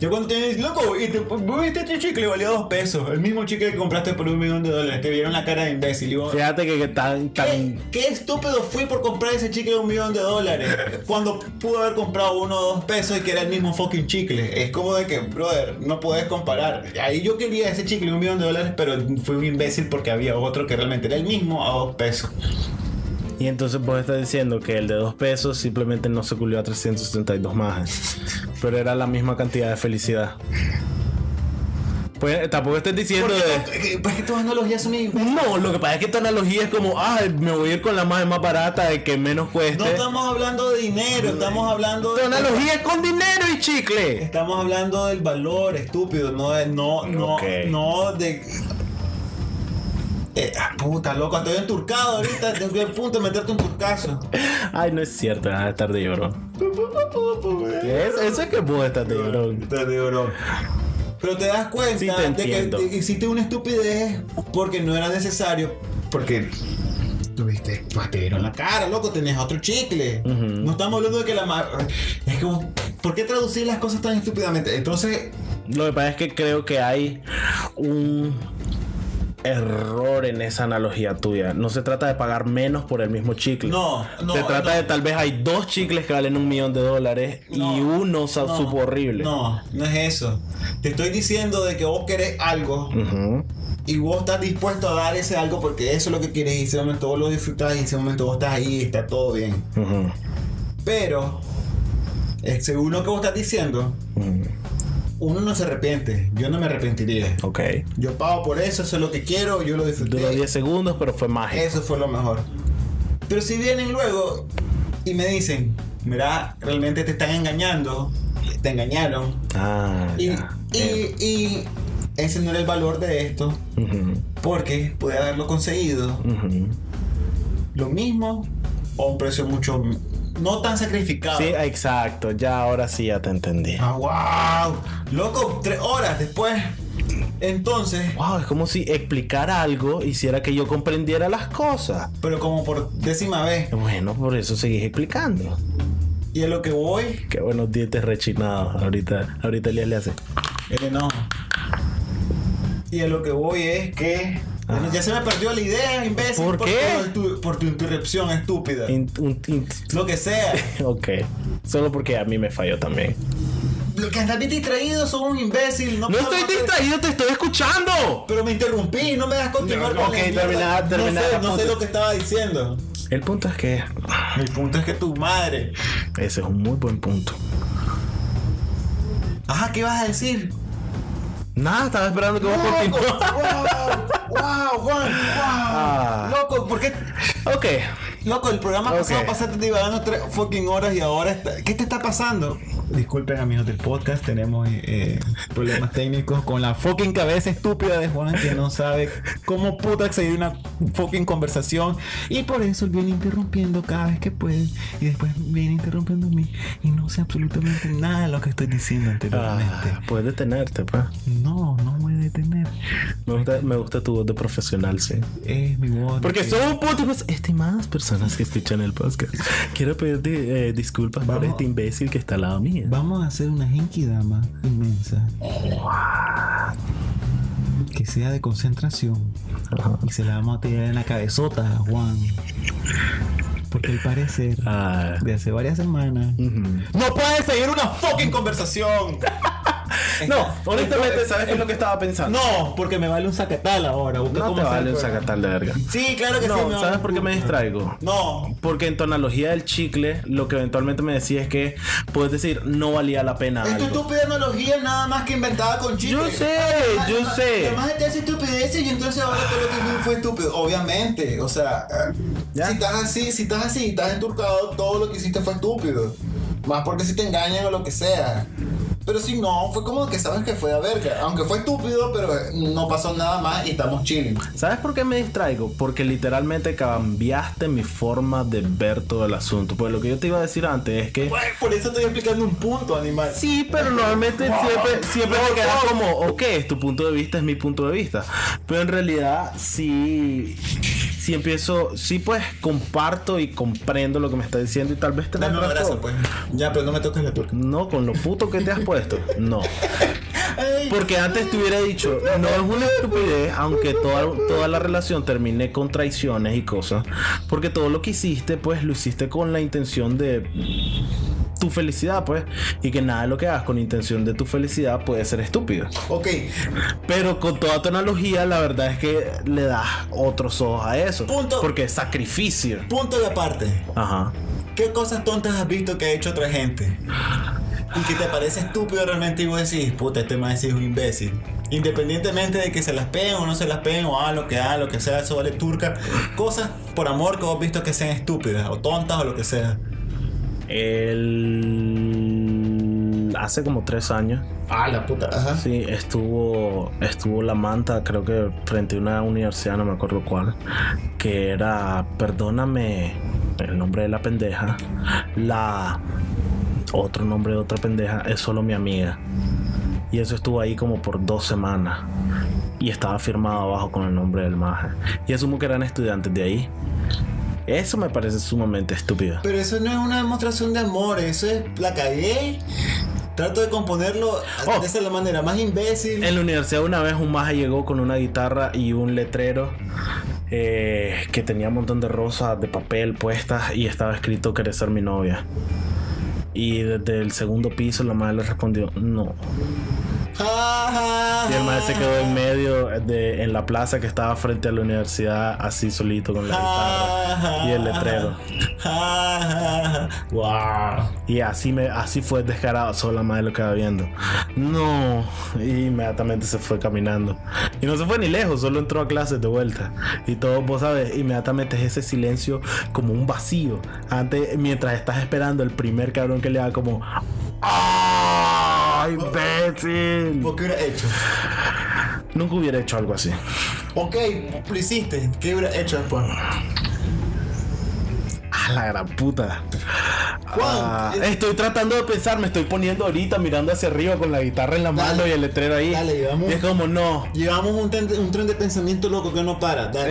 Yo cuando te dices, loco, y te viste este chicle, valía dos pesos. El mismo chicle que compraste por un millón de dólares. Te vieron la cara de imbécil. Y vos,
Fíjate que, que tan,
¿Qué,
tan.
qué estúpido fui por comprar ese chicle de un millón de dólares cuando pudo haber comprado uno o dos pesos y que era el mismo fucking chicle. Es como de que, brother, no puedes comparar. Ahí yo quería ese chicle de un millón de dólares, pero fui un imbécil porque había otro que realmente era el mismo a dos pesos.
Y entonces vos estás diciendo que el de dos pesos simplemente no se culió a 372 más. Pero era la misma cantidad de felicidad. Pues tampoco estás diciendo
Porque
de.
no- pues que todas las analogías son iguales.
No, lo que pasa es que tu analogía es como, ah, me voy a ir con la más, más barata de que menos cueste.
No estamos hablando de dinero, estamos hablando
tu
de.
analogía es con dinero y chicle.
Estamos hablando del valor, estúpido, no de, no, no,
Ok.
no de. Eh, ah, puta loco, estoy enturcado ahorita, tengo que ir a punto de meterte un turcazo.
Ay, no es cierto, nada de estar de llorón. Es- Eso es que vos estás de llorón.
Puta, de oro. Pero te das cuenta
Sí, te
de que
entiendo.
te- hiciste una estupidez porque no era necesario. Porque tuviste, pues te vieron la cara, loco, tenés otro chicle. No estamos hablando de que la ma- Es como, ¿por qué traducir las cosas tan estúpidamente? Entonces,
Lo que pasa es que creo que hay un error en esa analogía tuya. No se trata de pagar menos por el mismo chicle.
No, no,
Se trata
no.
de tal vez hay dos chicles que valen un millón de dólares
No,
y uno sa-
no,
supo horrible.
No, no es eso. Te estoy diciendo de que vos querés algo
Ujú.
y vos estás dispuesto a dar ese algo porque eso es lo que querés y ese momento vos lo disfrutás y en ese momento vos estás ahí y está todo bien.
Ujú.
Pero, eh, según lo que vos estás diciendo,
Ujú.
uno no se arrepiente. Yo no me arrepentiría.
Ok.
Yo pago por eso, eso es lo que quiero, yo lo disfruté.
Duró 10 segundos, pero fue mágico.
Eso fue lo mejor. Pero si vienen luego y me dicen, mira, realmente te están engañando, te engañaron,
Ah,
Y,
ya.
y- y ese no era el valor de esto,
Ujú,
porque pude haberlo conseguido
ujú.
lo mismo o a un precio mucho no tan sacrificado.
Sí, exacto. Ya ahora sí ya te entendí.
Ah, wow. Loco, tres horas después. Entonces,
Wow, es como si explicara algo hiciera que yo comprendiera las cosas.
pero como por décima vez.
Bueno, por eso seguís explicando.
Y a lo que voy,
Qué buenos dientes rechinados. Ahorita, ahorita Elías le hace.
el enojo. eh, Y a lo que voy es que. bueno, ya se me perdió la idea, imbécil.
¿Por qué?
tu- tu- por tu interrupción estúpida.
In- un- in-
Lo que sea.
ok. Solo porque a mí me falló también.
Lo que andas bien distraído, sos un imbécil. No,
No
puedo pues.
estoy
hacer-
distraído, te estoy escuchando.
Pero me interrumpí, no me das continuar
Ok,
con la mierda.
termina- termina
no sé,
la
no sé
puta.
lo que estaba diciendo.
El punto es que ah,
El punto es que tu madre.
ese es un muy buen punto.
Ajá, Ah, ¿qué vas a decir?
Nada, estaba esperando que vos
¡Loco!
continuaras.
¡Wow! ¡Wow, Juan! ¡Wow!
Ah.
Loco, ¿por qué?
Ok.
Loco, el programa
Ok.
pasado pasaste divagando tres fucking horas y ahora está... ¿Qué te está pasando? Disculpen amigos del podcast, tenemos eh, problemas técnicos con la fucking cabeza estúpida de Juan que no sabe cómo puta acceder a una fucking conversación y por eso él viene interrumpiendo cada vez que puede y después viene interrumpiendo a mí y no sé absolutamente nada de lo que estoy diciendo anteriormente.
Ah, puedes detenerte, pa.
No, no voy a detener.
Me gusta, me gusta tu voz de profesional, sí.
Es mi voz. eh,
Porque
de-
son un punto más estimadas personas que escuchan el podcast. Quiero pedirte eh, disculpas por
Vamos.
este imbécil que está al lado mío.
Vamos a hacer una genkidama inmensa. Que sea de concentración.
Ajá.
Y se la vamos a tirar en la cabezota a Juan. Porque al parecer,
Ah.
de hace varias semanas. ¡No puede seguir una fucking conversación!
No, honestamente, ¿sabes qué es lo que estaba pensando?
No, porque me vale un zacatal ahora. busca
No
cómo
te
hacer el
vale un
programa.
sacatal de verga.
Sí, claro que sí.
No,
me
¿sabes
vale.
por qué me distraigo?
No.
Porque en tu analogía del chicle, lo que eventualmente me decía es que puedes decir no valía la pena
Es tu
algo.
estúpida analogía nada más que inventada con chistes.
Yo sé,
Ah,
yo
además-
sé.
Además te hace estupideces y entonces ahora todo lo que vi fue estúpido. Obviamente, o sea, eh,
Ya.
si estás así, si estás así, estás enturcado, todo lo que hiciste fue estúpido. Más porque si te engañan o lo que sea. Pero si no, fue como que sabes que fue a verga. Aunque fue estúpido, pero eh, no pasó nada más y estamos chilling.
¿Sabes por qué me distraigo? Porque literalmente cambiaste mi forma de ver todo el asunto. Pues lo que yo te iba a decir antes es que...
Güey, Por eso estoy explicando un punto, animal.
Sí, pero normalmente siempre, siempre te quedas como, ok, es tu punto de vista, es mi punto de vista. Pero en realidad, sí, sí sí empiezo, sí pues comparto y comprendo lo que me está diciendo y tal vez te
Dame un abrazo, pues. Ya, pero no me toques la tuerca.
No, con lo puto que te has puesto. No.
Ay,
Porque antes te hubiera dicho, no es una estupidez, aunque toda, toda la relación terminé con traiciones y cosas. Porque todo lo que hiciste, pues lo hiciste con la intención de tu felicidad, pues. Y que nada de lo que hagas con intención de tu felicidad puede ser estúpido.
Ok,
Pero con toda tu analogía, la verdad es que le das otros ojos a eso.
Punto.
Porque es sacrificio.
punto de aparte.
Ajá.
¿Qué cosas tontas has visto que ha hecho otra gente? Y que te parece estúpido realmente y vos decís, puta, este man sí es un imbécil. Independientemente de que se las peguen o no se las peguen, o ah, lo que ah, lo que sea, eso vale turca. Cosas por amor que vos has visto que sean estúpidas, o tontas, o lo que sea.
El... Hace como tres años.
Ah, la puta, ajá.
Sí, estuvo, estuvo la manta, creo que frente a una universidad, no me acuerdo cuál, que era, perdóname, el nombre de la pendeja, la, otro nombre de otra pendeja, es solo mi amiga. Y eso estuvo ahí como por dos semanas. Y estaba firmado abajo con el nombre del maje. Y asumo que eran estudiantes de ahí. Eso me parece sumamente estúpido.
Pero eso no es una demostración de amor, eso es la cagué. Trato de componerlo
Oh.
de esa la manera más imbécil.
En la universidad una vez un maje llegó con una guitarra y un letrero eh, que tenía un montón de rosas de papel puestas y estaba escrito querés ser mi novia. Y desde el segundo piso la madre le respondió no.
Ja, ja,
Y el maje se quedó en
ja,
medio de, en la plaza que estaba frente a la universidad así solito con la guitarra y el letrero.
ja, ja, ja. Wow.
Y así me, así fue descarado, solo la madre lo quedaba viendo. No, y inmediatamente se fue caminando. Y no se fue ni lejos, solo entró a clases de vuelta. Y todo, vos sabes, inmediatamente es ese silencio como un vacío. Antes, mientras estás esperando el primer cabrón que le haga como. ¡Ay, imbécil!
¿Por qué hubiera hecho?
Nunca hubiera hecho algo así.
Ok, lo hiciste. ¿Qué hubiera hecho después?
A la gran puta. Ah,
es-
estoy tratando de pensar, me estoy poniendo ahorita mirando hacia arriba con la guitarra en la
Dale.
mano y el letrero ahí.
Dale, llevamos-
Y es como, no,
Llevamos un, tren de- un tren de pensamiento loco que no para. Dale.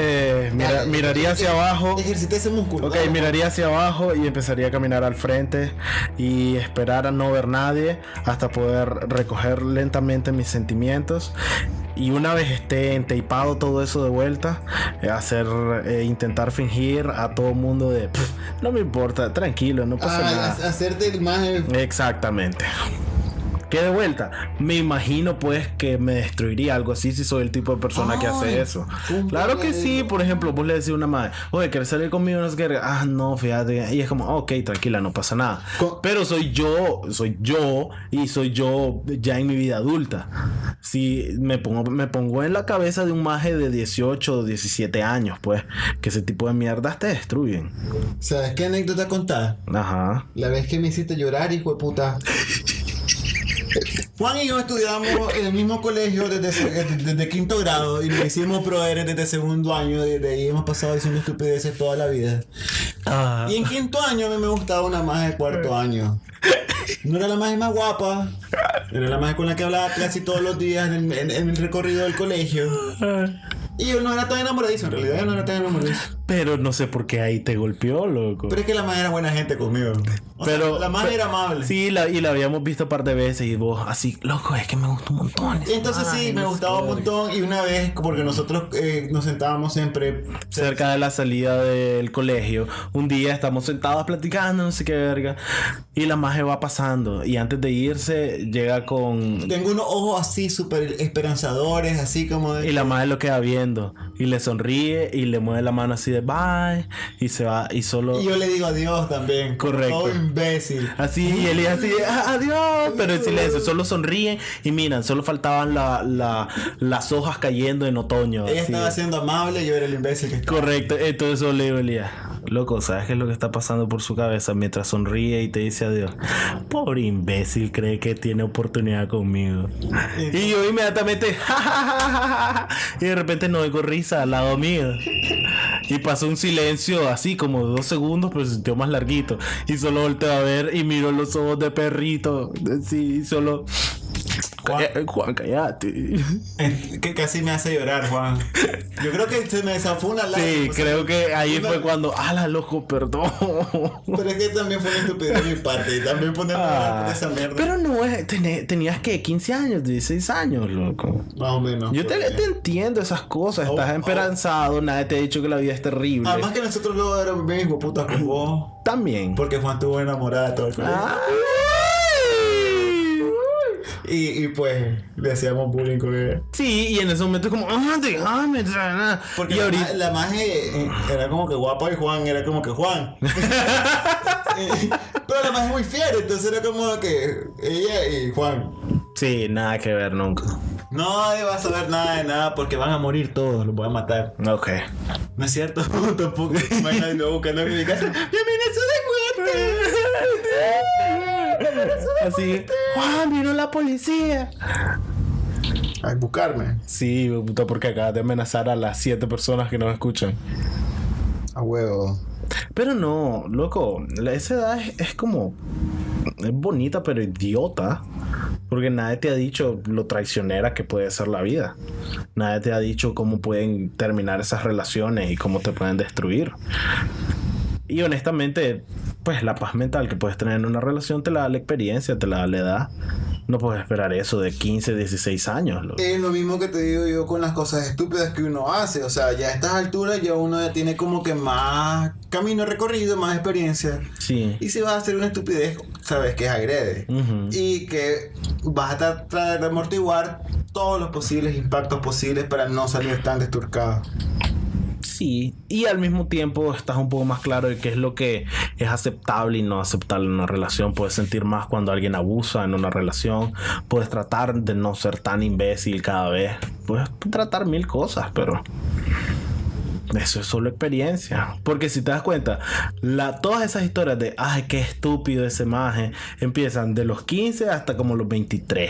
Eh, mira-
Dale.
miraría hacia abajo.
Ejercita ese músculo.
Ok,
dale.
miraría hacia abajo y empezaría a caminar al frente y esperar a no ver nadie hasta poder recoger lentamente mis sentimientos. Y una vez esté enteipado todo eso de vuelta, eh, hacer, eh, intentar fingir a todo mundo de, "Pff, no me importa, tranquilo, no pasa
Ah,
nada.
ha- hacerte el más. eh,
Exactamente. Que de vuelta, me imagino pues que me destruiría algo así si soy el tipo de persona que
Ay,
hace eso.
un
Claro que
verdadero.
sí, por ejemplo, vos le decís a una madre, oye, ¿quieres salir conmigo? No sé qué". Ah, no, fíjate. Y es como, ok, tranquila, no pasa nada.
Co- eh,
Pero soy yo, soy yo y soy yo ya en mi vida adulta. Si me pongo, me pongo en la cabeza de un maje de 18 o 17 años, pues, que ese tipo de mierdas te destruyen.
¿Sabes qué anécdota contar?
Ajá.
La vez que me hiciste llorar, hijo de puta. Juan y yo estudiamos en el mismo colegio desde, se- desde, desde quinto grado y nos hicimos proeres desde segundo año. y Desde ahí hemos pasado diciendo estupideces toda la vida.
Ah.
Y en quinto año a mí me gustaba una más de cuarto año. No era la más, más guapa, era la más con la que hablaba casi todos los días en el, en- en el recorrido del colegio. Y yo no era tan enamoradizo, en realidad yo no era tan enamoradizo.
Pero no sé por qué ahí te golpeó, loco.
Pero es que la más era buena gente conmigo. O sea,
Pero-
la más
pero-
era amable.
Sí, la- y la habíamos visto un par de veces y vos así, loco, es que me gusta un montón.
Y entonces sí, me gustaba un montón y una vez, porque nosotros eh, nos sentábamos siempre
Cerca de la salida del colegio, un día estamos sentados platicando, no sé qué verga, y la maje va pasando y antes de irse llega con...
Tengo unos ojos así súper esperanzadores, así como de...
Y la maje lo queda viendo y le sonríe y le mueve la mano así de bye y se va y solo...
Y yo le digo adiós también. como
Correcto. Ah,
Todo imbécil.
Así, y él iba así, "Ah, adiós, pero en silencio, solo sonríen y miran, solo faltaban la- la- las hojas cayendo en otoño.
Ella
así.
estaba siendo amable, yo era el imbécil que estaba.
Correcto, entonces eso le olía. Loco, ¿sabes qué es lo que está pasando por su cabeza mientras sonríe y te dice adiós? Pobre imbécil, cree que tiene oportunidad conmigo. Y yo inmediatamente, "Ja, ja, ja, ja, ja", y de repente no oigo risa al lado mío. Y pasó un silencio así como de dos segundos, pero se sintió más larguito. Y solo volteo a ver y miro los ojos de perrito. Sí, y solo. Calla- eh, Juan, callate.
Eh, Que casi me hace llorar, Juan. Yo creo que se me desafó una lágrima.
Sí,
o sea,
creo que ahí
una-
fue cuando. ¡Hala, loco, perdón!
Pero es que también fue una estupidez de mi parte. Y también ponerme a hablar de esa mierda.
Ah, Pero no es. tené- tenías que 15 años, 16 años, loco.
Más o menos.
Yo te,
porque-
te entiendo esas cosas. Estás
Oh, oh.
esperanzado, nadie te ha dicho que la vida es terrible.
Además que nosotros luego éramos bien hijo putas con vos.
También.
Porque Juan estuvo enamorada todo el colegio.
Ay.
Y, y pues le hacíamos bullying con él.
Sí, y en ese momento es como, ah, déjame, tra, na".
Porque
y
la,
ahorita,
ma- la maje eh, era como que guapa y Juan era como que Juan. Eh, Pero la maje es muy fiel, entonces era como que ella y Juan.
sí, nada que ver nunca.
No iba a saber nada de nada porque van a morir todos, los voy a matar.
Ok.
No es cierto, tampoco. Imagínate yo buscando en mi casa. ¡Bienvenido de muerte!
Así, Juan, vino la policía.
A buscarme,
Sí, puta, porque acabas de amenazar a las siete personas que nos escuchan.
a huevo.
Pero no, loco, la- esa edad es, es como. Es bonita, pero idiota. Porque nadie te ha dicho lo traicionera que puede ser la vida. Nadie te ha dicho cómo pueden terminar esas relaciones y cómo te pueden destruir. Y honestamente, pues la paz mental que puedes tener en una relación te la da la experiencia, te la da la edad. No puedes esperar eso de 15, 16 años. loco.
Es lo mismo que te digo yo con las cosas estúpidas que uno hace. O sea, ya a estas alturas ya uno ya tiene como que más camino recorrido, más experiencia.
Sí.
Y si vas a hacer una estupidez, sabes que es agrede.
Ujú.
Y que vas a tra- tratar de amortiguar todos los posibles impactos posibles para no salir tan desturcado.
Sí, y al mismo tiempo estás un poco más claro de qué es lo que es aceptable y no aceptable en una relación. Puedes sentir más cuando alguien abusa en una relación. Puedes tratar de no ser tan imbécil cada vez. Puedes tratar mil cosas, pero eso es solo experiencia. Porque si te das cuenta, la, todas esas historias de, ay, qué estúpido ese maje, empiezan de los 15 hasta como los 23.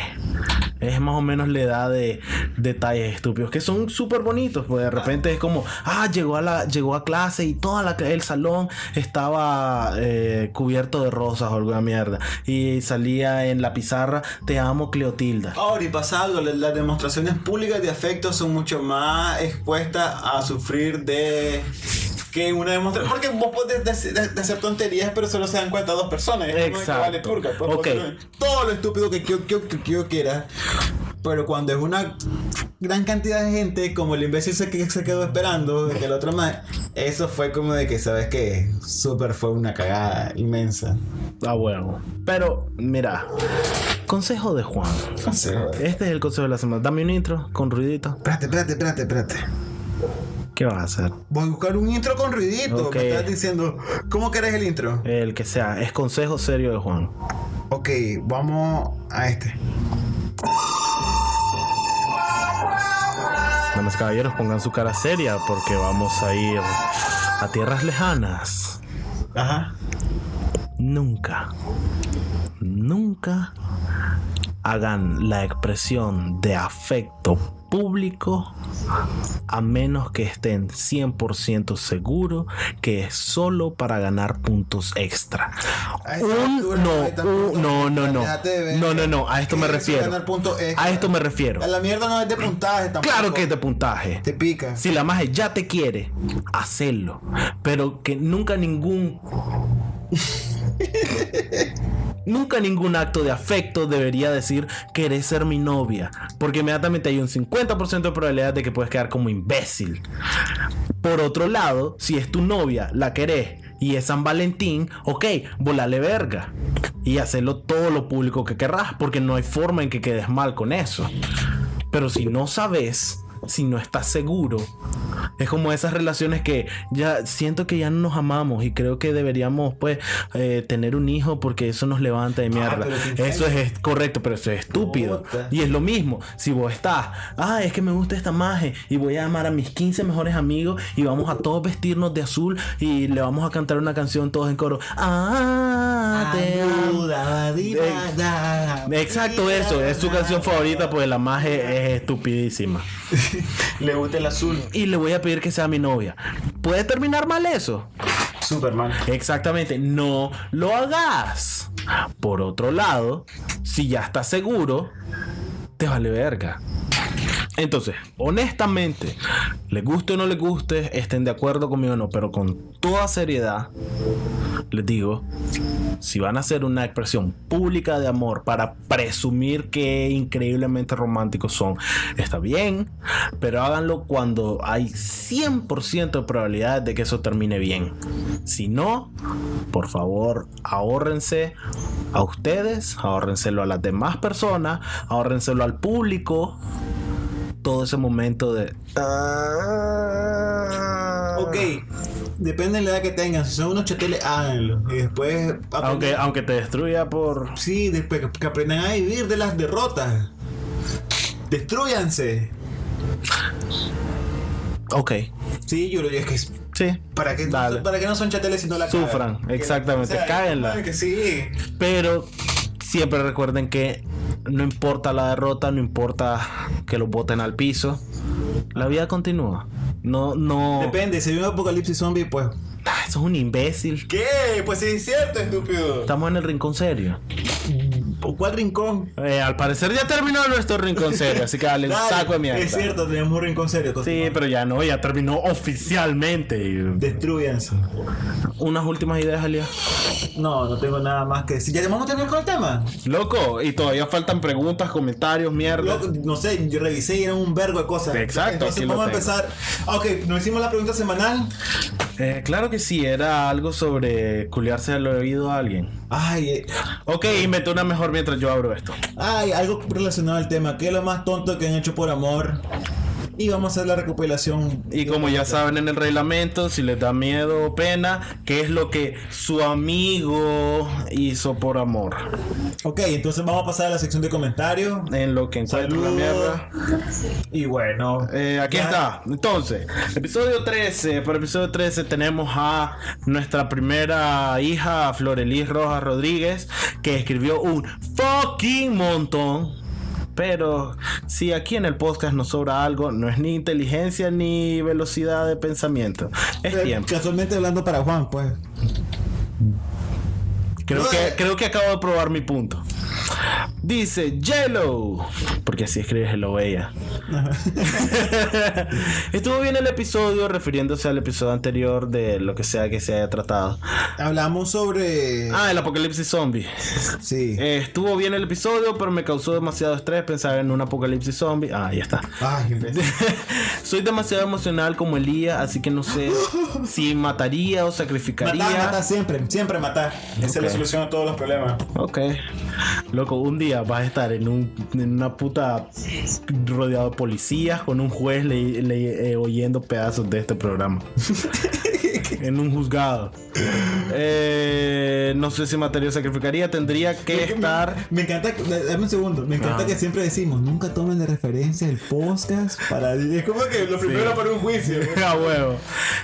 Es más o menos la edad de detalles estúpidos que son súper bonitos, pues de repente es como, ah, llegó a, la, llegó a clase y todo el salón estaba eh, cubierto de rosas o alguna mierda. Y salía en la pizarra, te amo Cleotilda.
Ahora, y pasa algo, la- las demostraciones públicas de afecto son mucho más expuestas a sufrir de... Que una demostración... Porque vos podés dec- de- de hacer tonterías, pero solo se dan cuenta dos personas. Es como de que
Exacto.
vale turca. Pues,
Ok.
pues, Todo lo estúpido que yo, que- que yo quiera. Pero cuando es una gran cantidad de gente, como el imbécil se, que- se quedó esperando, de que el otro más... Eso fue como de que, ¿sabes qué? Súper fue una cagada inmensa.
A huevo. Pero, mira, consejo de Juan.
Así, joder.
Este es el consejo de la semana. Dame un intro con ruidito.
Espérate, espérate, espérate, espérate.
¿Qué vas a hacer?
Voy a buscar un intro con ruidito.
Ok.
Me estás diciendo, ¿cómo querés el intro?
El que sea. Es consejo serio de Juan.
Ok, vamos a este.
Damas y caballeros, pongan su cara seria porque vamos a ir a tierras lejanas.
Ajá.
Nunca, nunca hagan la expresión de afecto público a menos que estén 100% seguros que es solo para ganar puntos extra.
A esta
Un,
altura no hay
no,
tantos
un- no, no, no.
Déjate de ver.
No, no, no. A esto me
Eso,
refiero.
ganar puntos extra.
A esto me refiero.
La mierda no es de puntaje tampoco.
Claro que es de puntaje.
Te pica.
Si la magia ya te quiere, hacerlo. Pero que nunca ningún. nunca ningún acto de afecto debería decir querés ser mi novia. Porque inmediatamente hay un 50% de probabilidad de que puedes quedar como imbécil. Por otro lado, si es tu novia, la querés y es San Valentín, ok, volale verga. Y hacerlo todo lo público que querrás, porque no hay forma en que quedes mal con eso. Pero si no sabes, si no estás seguro, es como esas relaciones que ya siento que ya no nos amamos y creo que deberíamos pues eh, tener un hijo porque eso nos levanta de mierda.
pero qué
eso es, es correcto, pero eso es estúpido.
Puta.
Y es lo mismo, si vos estás, ah, es que me gusta esta magia y voy a llamar a mis 15 mejores amigos y vamos a todos vestirnos de azul y le vamos a cantar una canción todos en coro. Ah, te amo.
Ayuda, di,
Eh,
da, da.
Exacto, eso. Es su canción favorita, pues la magia es estupidísima.
Le gusta el azul.
Y le voy a pedir que sea mi novia. ¿Puede terminar mal eso?
Superman.
Exactamente, no lo hagas. Por otro lado, si ya estás seguro, te vale verga. Entonces, honestamente, le guste o no le guste, estén de acuerdo conmigo o no, pero con toda seriedad, les digo, si van a hacer una expresión pública de amor para presumir que increíblemente románticos son, está bien, pero háganlo cuando hay 100% de probabilidad de que eso termine bien. Si no, por favor, ahórrense a ustedes, ahórrenselo a las demás personas, ahórrenselo al público. Todo ese momento de.
Ok, depende de la edad que tengan. Si son unos chateles, háganlo. Y después.
Aunque, aunque te destruya por.
Sí, después que- que aprendan a vivir de las derrotas. Destruyanse.
Ok,
Sí, yo lo digo es que es-
sí.
¿Para qué,
Dale.
¿Para qué no son chateles si no la cagan?
Sufran,
Que-
exactamente, cáguenla.
madre Que sí.
Pero siempre recuerden que no importa la derrota, no importa que los boten al piso. La vida continúa. No, no.
Depende, si hay un apocalipsis zombie, pues.
Ah, Eso es un imbécil.
¿Qué? Pues sí, es cierto, estúpido.
Estamos en el rincón serio.
¿Por ¿Cuál rincón?
Eh, al parecer ya terminó nuestro rincón serio, así que dale un
Dale,
saco de mierda.
Es cierto, tenemos un rincón serio.
Sí, pero ya no, ya terminó oficialmente. Y-
Destruyanse.
Unas últimas ideas, Elia.
No, no tengo nada más que decir. ¿Ya vamos a terminar con el tema?
Loco, y todavía faltan preguntas, comentarios, mierda.
Yo, no sé, yo revisé y eran un vergo de cosas.
Exacto,
Entonces
aquí lo
vamos a
tengo.
empezar. Ah, Ok, nos hicimos la pregunta semanal.
Eh, claro que sí, era algo sobre culiarse al oído a alguien.
Ay, eh,
Ok, inventé una mejor mientras yo abro esto.
ay, algo relacionado al tema. ¿Qué es lo más tonto que han hecho por amor? Y vamos a hacer la recopilación.
Y como ya saben en el reglamento, si les da miedo o pena, ¿qué es lo que su amigo hizo por amor?
Ok, entonces vamos a pasar a la sección de comentarios.
En lo que encuentro la
Saludos.
mierda.
Y bueno,
Eh, aquí
Ya.
está. Entonces, episodio 13. Para episodio 13 tenemos a nuestra primera hija, Florelis Rojas Rodríguez, que escribió un fucking montón. Pero si aquí en el podcast nos sobra algo, no es ni inteligencia ni velocidad de pensamiento. Es
eh,
tiempo.
casualmente hablando para Juan, pues.
Creo que, creo que acabo de probar mi punto. Dice Yellow, porque así escribe Hello Ella. Estuvo bien el episodio, refiriéndose al episodio anterior de lo que sea que se haya tratado.
Hablamos sobre.
Ah, el apocalipsis zombie.
sí.
Eh, estuvo bien el episodio, pero me causó demasiado estrés pensar en un apocalipsis zombie. Ah, ya está.
Ay, imbécil.
Soy demasiado emocional como Elías, así que no sé si mataría o sacrificaría.
matar, matar siempre, siempre matar. Esa es la
Ok.
solución a todos los problemas.
Ok. Loco, un día vas a estar en, un, en una puta rodeado de policías con un juez le- le- eh, oyendo pedazos de este programa. en un juzgado. Eh, no sé si materia sacrificaría, tendría que estar...
Me encanta, que- dame un segundo, me encanta
Ah.
que siempre decimos, nunca tomen de referencia el podcast para... Es como que lo primero para un juicio.
A huevo.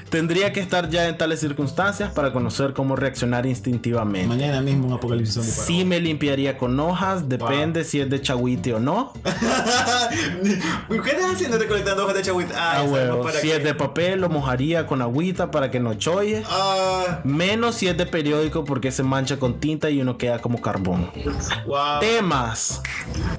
Tendría que estar ya en tales circunstancias para conocer cómo reaccionar instintivamente.
Mañana mismo un apocalipsis zombie para
Sí me limpiaría con hojas, depende si es de chagüite o no.
vos. ¿Qué estás haciendo recolectando hojas de chagüita? Ah,
A
ya sabemos
huevo.
para
Si
qué.
es de papel, lo mojaría con agüita para que no choye.
Ah,
Menos si es de periódico porque se mancha con tinta y uno queda como carbón.
wow.
Temas.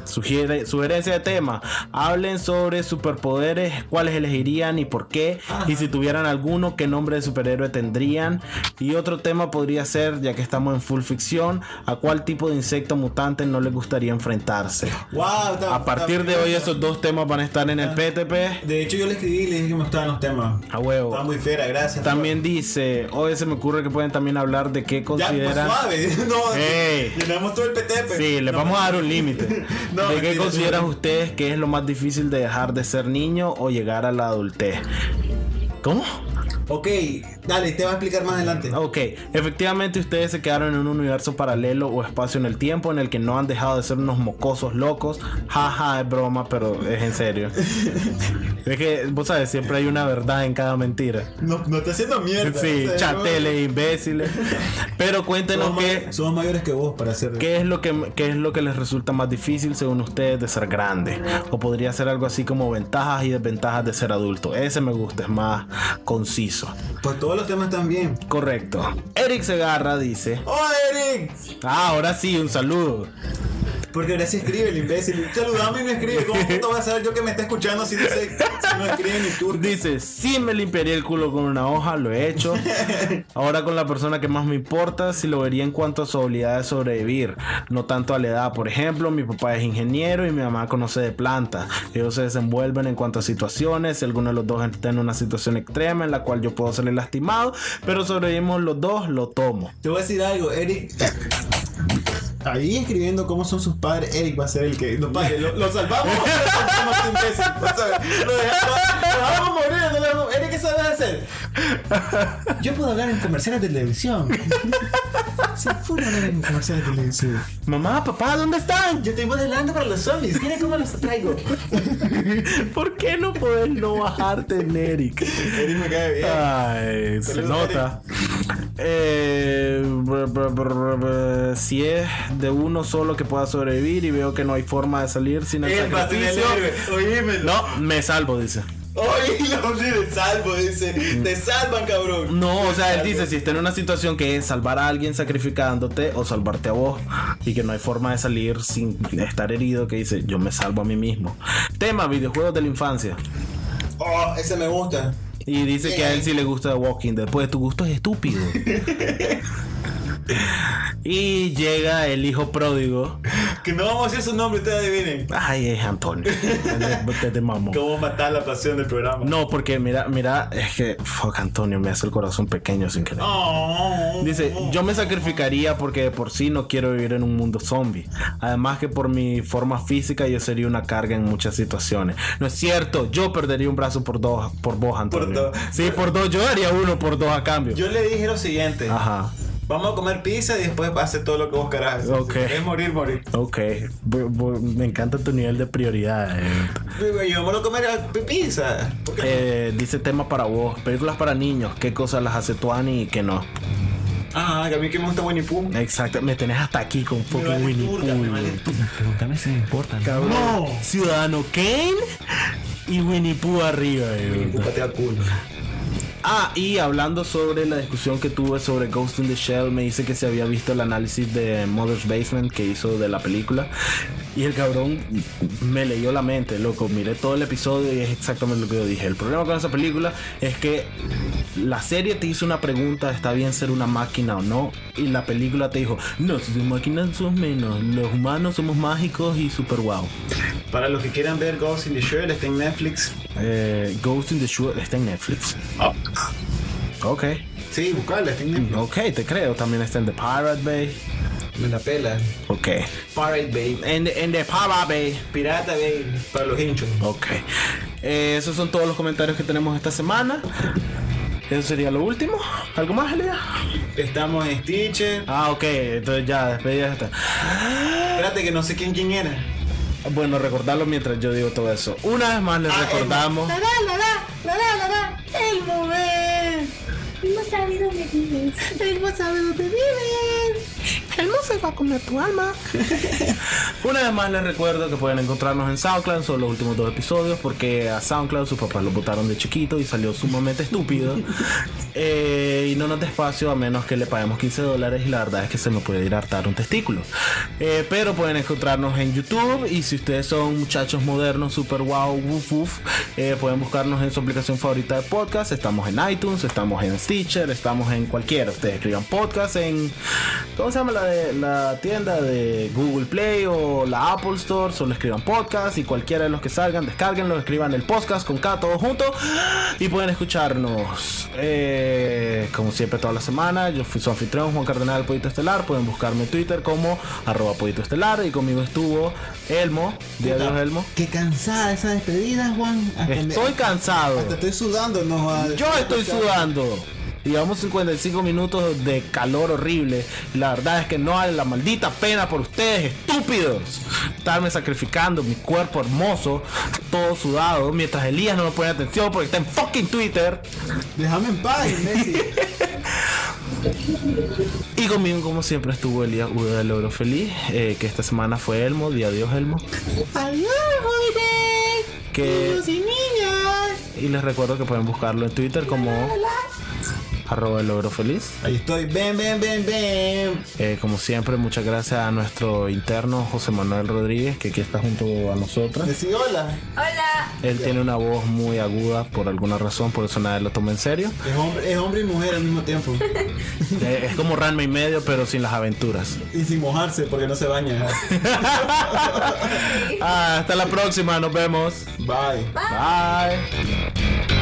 Sugiere, sugerencia de tema. Hablen sobre superpoderes, cuáles elegirían y por qué. Y si tuvieran alguno, qué nombre de superhéroe tendrían. Y otro tema podría ser, ya que estamos en full ficción, a cuál tipo de insecto mutante no les gustaría enfrentarse.
Wow, está-
A partir
está-
de hoy esos dos temas van a estar en el PTP.
De hecho yo le escribí y le dije que me gustaban los temas.
A huevo.
Está muy fiera, gracias.
También dice, hoy se me ocurre que pueden también hablar de qué
Ya, pues,
consideran.
suave. No,
Ey.
llenamos todo el PTP.
Sí, les
No,
vamos a dar un límite.
No,
¿De qué
mentira,
consideran
sí.
ustedes que es lo más difícil de dejar de ser niño o llegar a la adultez? ¿Cómo?
Ok, dale, te va a explicar más adelante.
Ok, efectivamente ustedes se quedaron en un universo paralelo o espacio en el tiempo en el que no han dejado de ser unos mocosos locos. Jaja, es broma, pero es en serio. es que, vos sabes, siempre hay una verdad en cada mentira.
No, no está haciendo mierda.
Sí,
O sea,
chateles, imbéciles. Pero
no,
cuéntenos
Somos,
qué,
may- somos mayores que vos para hacer.
qué, es lo que, qué es lo que les resulta más difícil según ustedes de ser grande. O podría ser algo así como ventajas y desventajas de ser adulto. Ese me gusta, es más conciso.
Pues todos los temas están bien.
Correcto. Eric Segarra dice.
¡Oh, Eric!
Ah, ahora sí, un saludo.
Porque ahora sí escribe el imbécil. Saludame y no escribe. ¿Cómo puto voy a saber yo que me está escuchando si no, sé, si no escribe ni tú?
Dice, sí me limpiaría el culo con una hoja, lo he hecho. Ahora con la persona que más me importa, si lo vería en cuanto a su habilidad de sobrevivir, no tanto a la edad. Por ejemplo, mi papá es ingeniero y mi mamá conoce de plantas. Ellos se desenvuelven en cuanto a situaciones. Si alguno de los dos está en una situación extrema en la cual yo puedo salir lastimado, pero sobrevivimos los dos, lo tomo.
Te voy a decir algo, Eric. Ahí escribiendo cómo son sus padres, Eric va a ser el que. No, padre, lo, lo salvamos. o lo salvamos este imbécil, o sea, Lo dejamos, lo dejamos morir. no lo dejamos- Eric, ¿qué sabes hacer? Yo puedo hablar en comerciales de televisión. Se fue a hablar en comerciales de televisión.
Mamá, papá, ¿dónde están?
Yo estoy modelando para los zombies. Mira cómo los traigo.
¿Por qué no podés no bajarte en Eric?
Eric me cae bien.
Ay, se
Saludos,
nota. Eh, br- br- br- br- si es de uno solo que pueda sobrevivir y veo que no hay forma de salir sin el
El pastel del
sacrificio.
héroe. Oíme.
No, me salvo, dice.
Oíme, hombre, te salvo, dice. Te salvan, cabrón.
No, o sea, él dice, si está en una situación que es salvar a alguien sacrificándote o salvarte a vos y que no hay forma de salir sin estar herido, que dice, yo me salvo a mí mismo. Tema, videojuegos de la infancia.
Oh, ese me gusta.
Y dice que a él sí le gusta The Walking Dead. Pues tu gusto es estúpido. y llega el hijo pródigo.
Que no vamos a decir su nombre, ustedes adivinen.
Ay, es Antonio. Te te mamo.
¿Cómo matar la pasión del programa?
No, porque mira, mira, es que fuck Antonio me hace el corazón pequeño sin querer.
Oh.
Dice, yo me sacrificaría porque de por sí no quiero vivir en un mundo zombie. Además que por mi forma física yo sería una carga en muchas situaciones. No es cierto, yo perdería un brazo por dos, por vos, Antonio.
dos.
Sí, por dos, yo haría uno por dos a cambio.
Yo le dije lo siguiente.
Ajá.
Vamos a comer pizza y después hace todo lo que vos querás.
Ok.
Si querés morir, morir.
Ok, Bu- bu- me encanta tu nivel de prioridad. eh.
Digo, Yo vamos a comer a- pizza. ¿Por qué?
Eh, dice tema para vos, películas para niños, qué cosas las hace tu Ani y qué no.
Ah, que a mí que me gusta Winnie Pooh.
Exacto, me tenés hasta aquí con
Me
fucking
vale
Winnie
turca, me vale
Pooh.
turca.
Pregúntame si me importa.
Cabrón. Ciudadano Kane y Winnie Pooh arriba. eh.
Pooh patea culo.
Ah, y hablando sobre la discusión que tuve sobre Ghost in the Shell, me dice que se había visto el análisis de Mother's Basement que hizo de la película. Y el cabrón me leyó la mente, loco. Miré todo el episodio y es exactamente lo que yo dije. El problema con esa película es que la serie te hizo una pregunta, está bien ser una máquina o no. Y la película te dijo, no, si tus máquinas son menos, los humanos somos mágicos y super guau.
Para los que quieran ver Ghost in the Shell, está en Netflix.
Eh, Ghost in the Shell está en Netflix. Ok.
Sí, buscala, está en Netflix.
Ok, te creo. También está en The Pirate Bay.
Me la pela.
Ok.
Pirate Bay.
En the, en the Pirate Bay.
Pirata Bay. Para los hinchos.
Ok. Eh, esos son todos los comentarios que tenemos esta semana. Eso sería lo último. ¿Algo más, Elia?
Estamos en Stitcher.
Ah, ok. Entonces ya, despedida está.
Espérate que no sé quién quién era.
Bueno, recordarlo mientras yo digo todo eso. Una vez más les
Ah,
recordamos.
La da, la da, la da, la da. Él no ve. Él no sabe dónde vives. Él no sabe dónde vives. Él no se va a comer tu alma.
Una vez más les recuerdo que pueden encontrarnos en SoundCloud, son los últimos dos episodios, porque a SoundCloud sus papás lo botaron de chiquito y salió sumamente estúpido. Eh, y no nos da espacio a menos que le paguemos 15 dólares y la verdad es que se me puede ir a hartar un testículo. Eh, pero pueden encontrarnos en YouTube y si ustedes son muchachos modernos, super wow, woof woof, eh, pueden buscarnos en su aplicación favorita de podcast. Estamos en iTunes, estamos en Stitcher, estamos en cualquiera. Ustedes escriban podcast en... ¿Cómo se llama la, de, la tienda de Google Play o la Apple Store? Solo escriban podcast y cualquiera de los que salgan, descarguenlo, escriban el podcast con K todo junto y pueden escucharnos. eh, como siempre, toda la semana. Yo fui su anfitrión, Juan Cardenal Pollito Estelar. Pueden buscarme en Twitter como arroba Pollito Estelar y conmigo estuvo Elmo. Día de Dios, Elmo.
Qué cansada esa despedida, Juan. Hasta me-
Estoy cansado.
hasta estoy sudando, no jodas.
Yo estoy sudando. Llevamos 55 minutos de calor horrible. Y la verdad es que no vale la maldita pena por ustedes, estúpidos. Estarme sacrificando mi cuerpo hermoso, todo sudado, mientras Elías no me pone atención porque está en fucking Twitter.
Déjame en paz, Messi.
Y conmigo, como siempre, estuvo Elías Uda del Oro Feliz, eh, que esta semana fue Elmo, día adiós Elmo.
Adiós, jóvenes.
Que-
Niños y niñas.
Y les recuerdo que pueden buscarlo en Twitter como
La, la, la.
arroba el logro feliz.
Ahí estoy. Ven, ven, ven, ven.
Eh, como siempre, muchas gracias a nuestro interno José Manuel Rodríguez, que aquí está junto a nosotros.
Decí hola.
Hola.
Él tiene una voz muy aguda por alguna razón, por eso nadie lo toma en serio.
Es hombre, es hombre y mujer al mismo tiempo.
Eh, es como Ranma y medio, pero sin las aventuras.
Y sin mojarse porque no se baña.
Ah, hasta la próxima, nos vemos.
Bye.
Bye.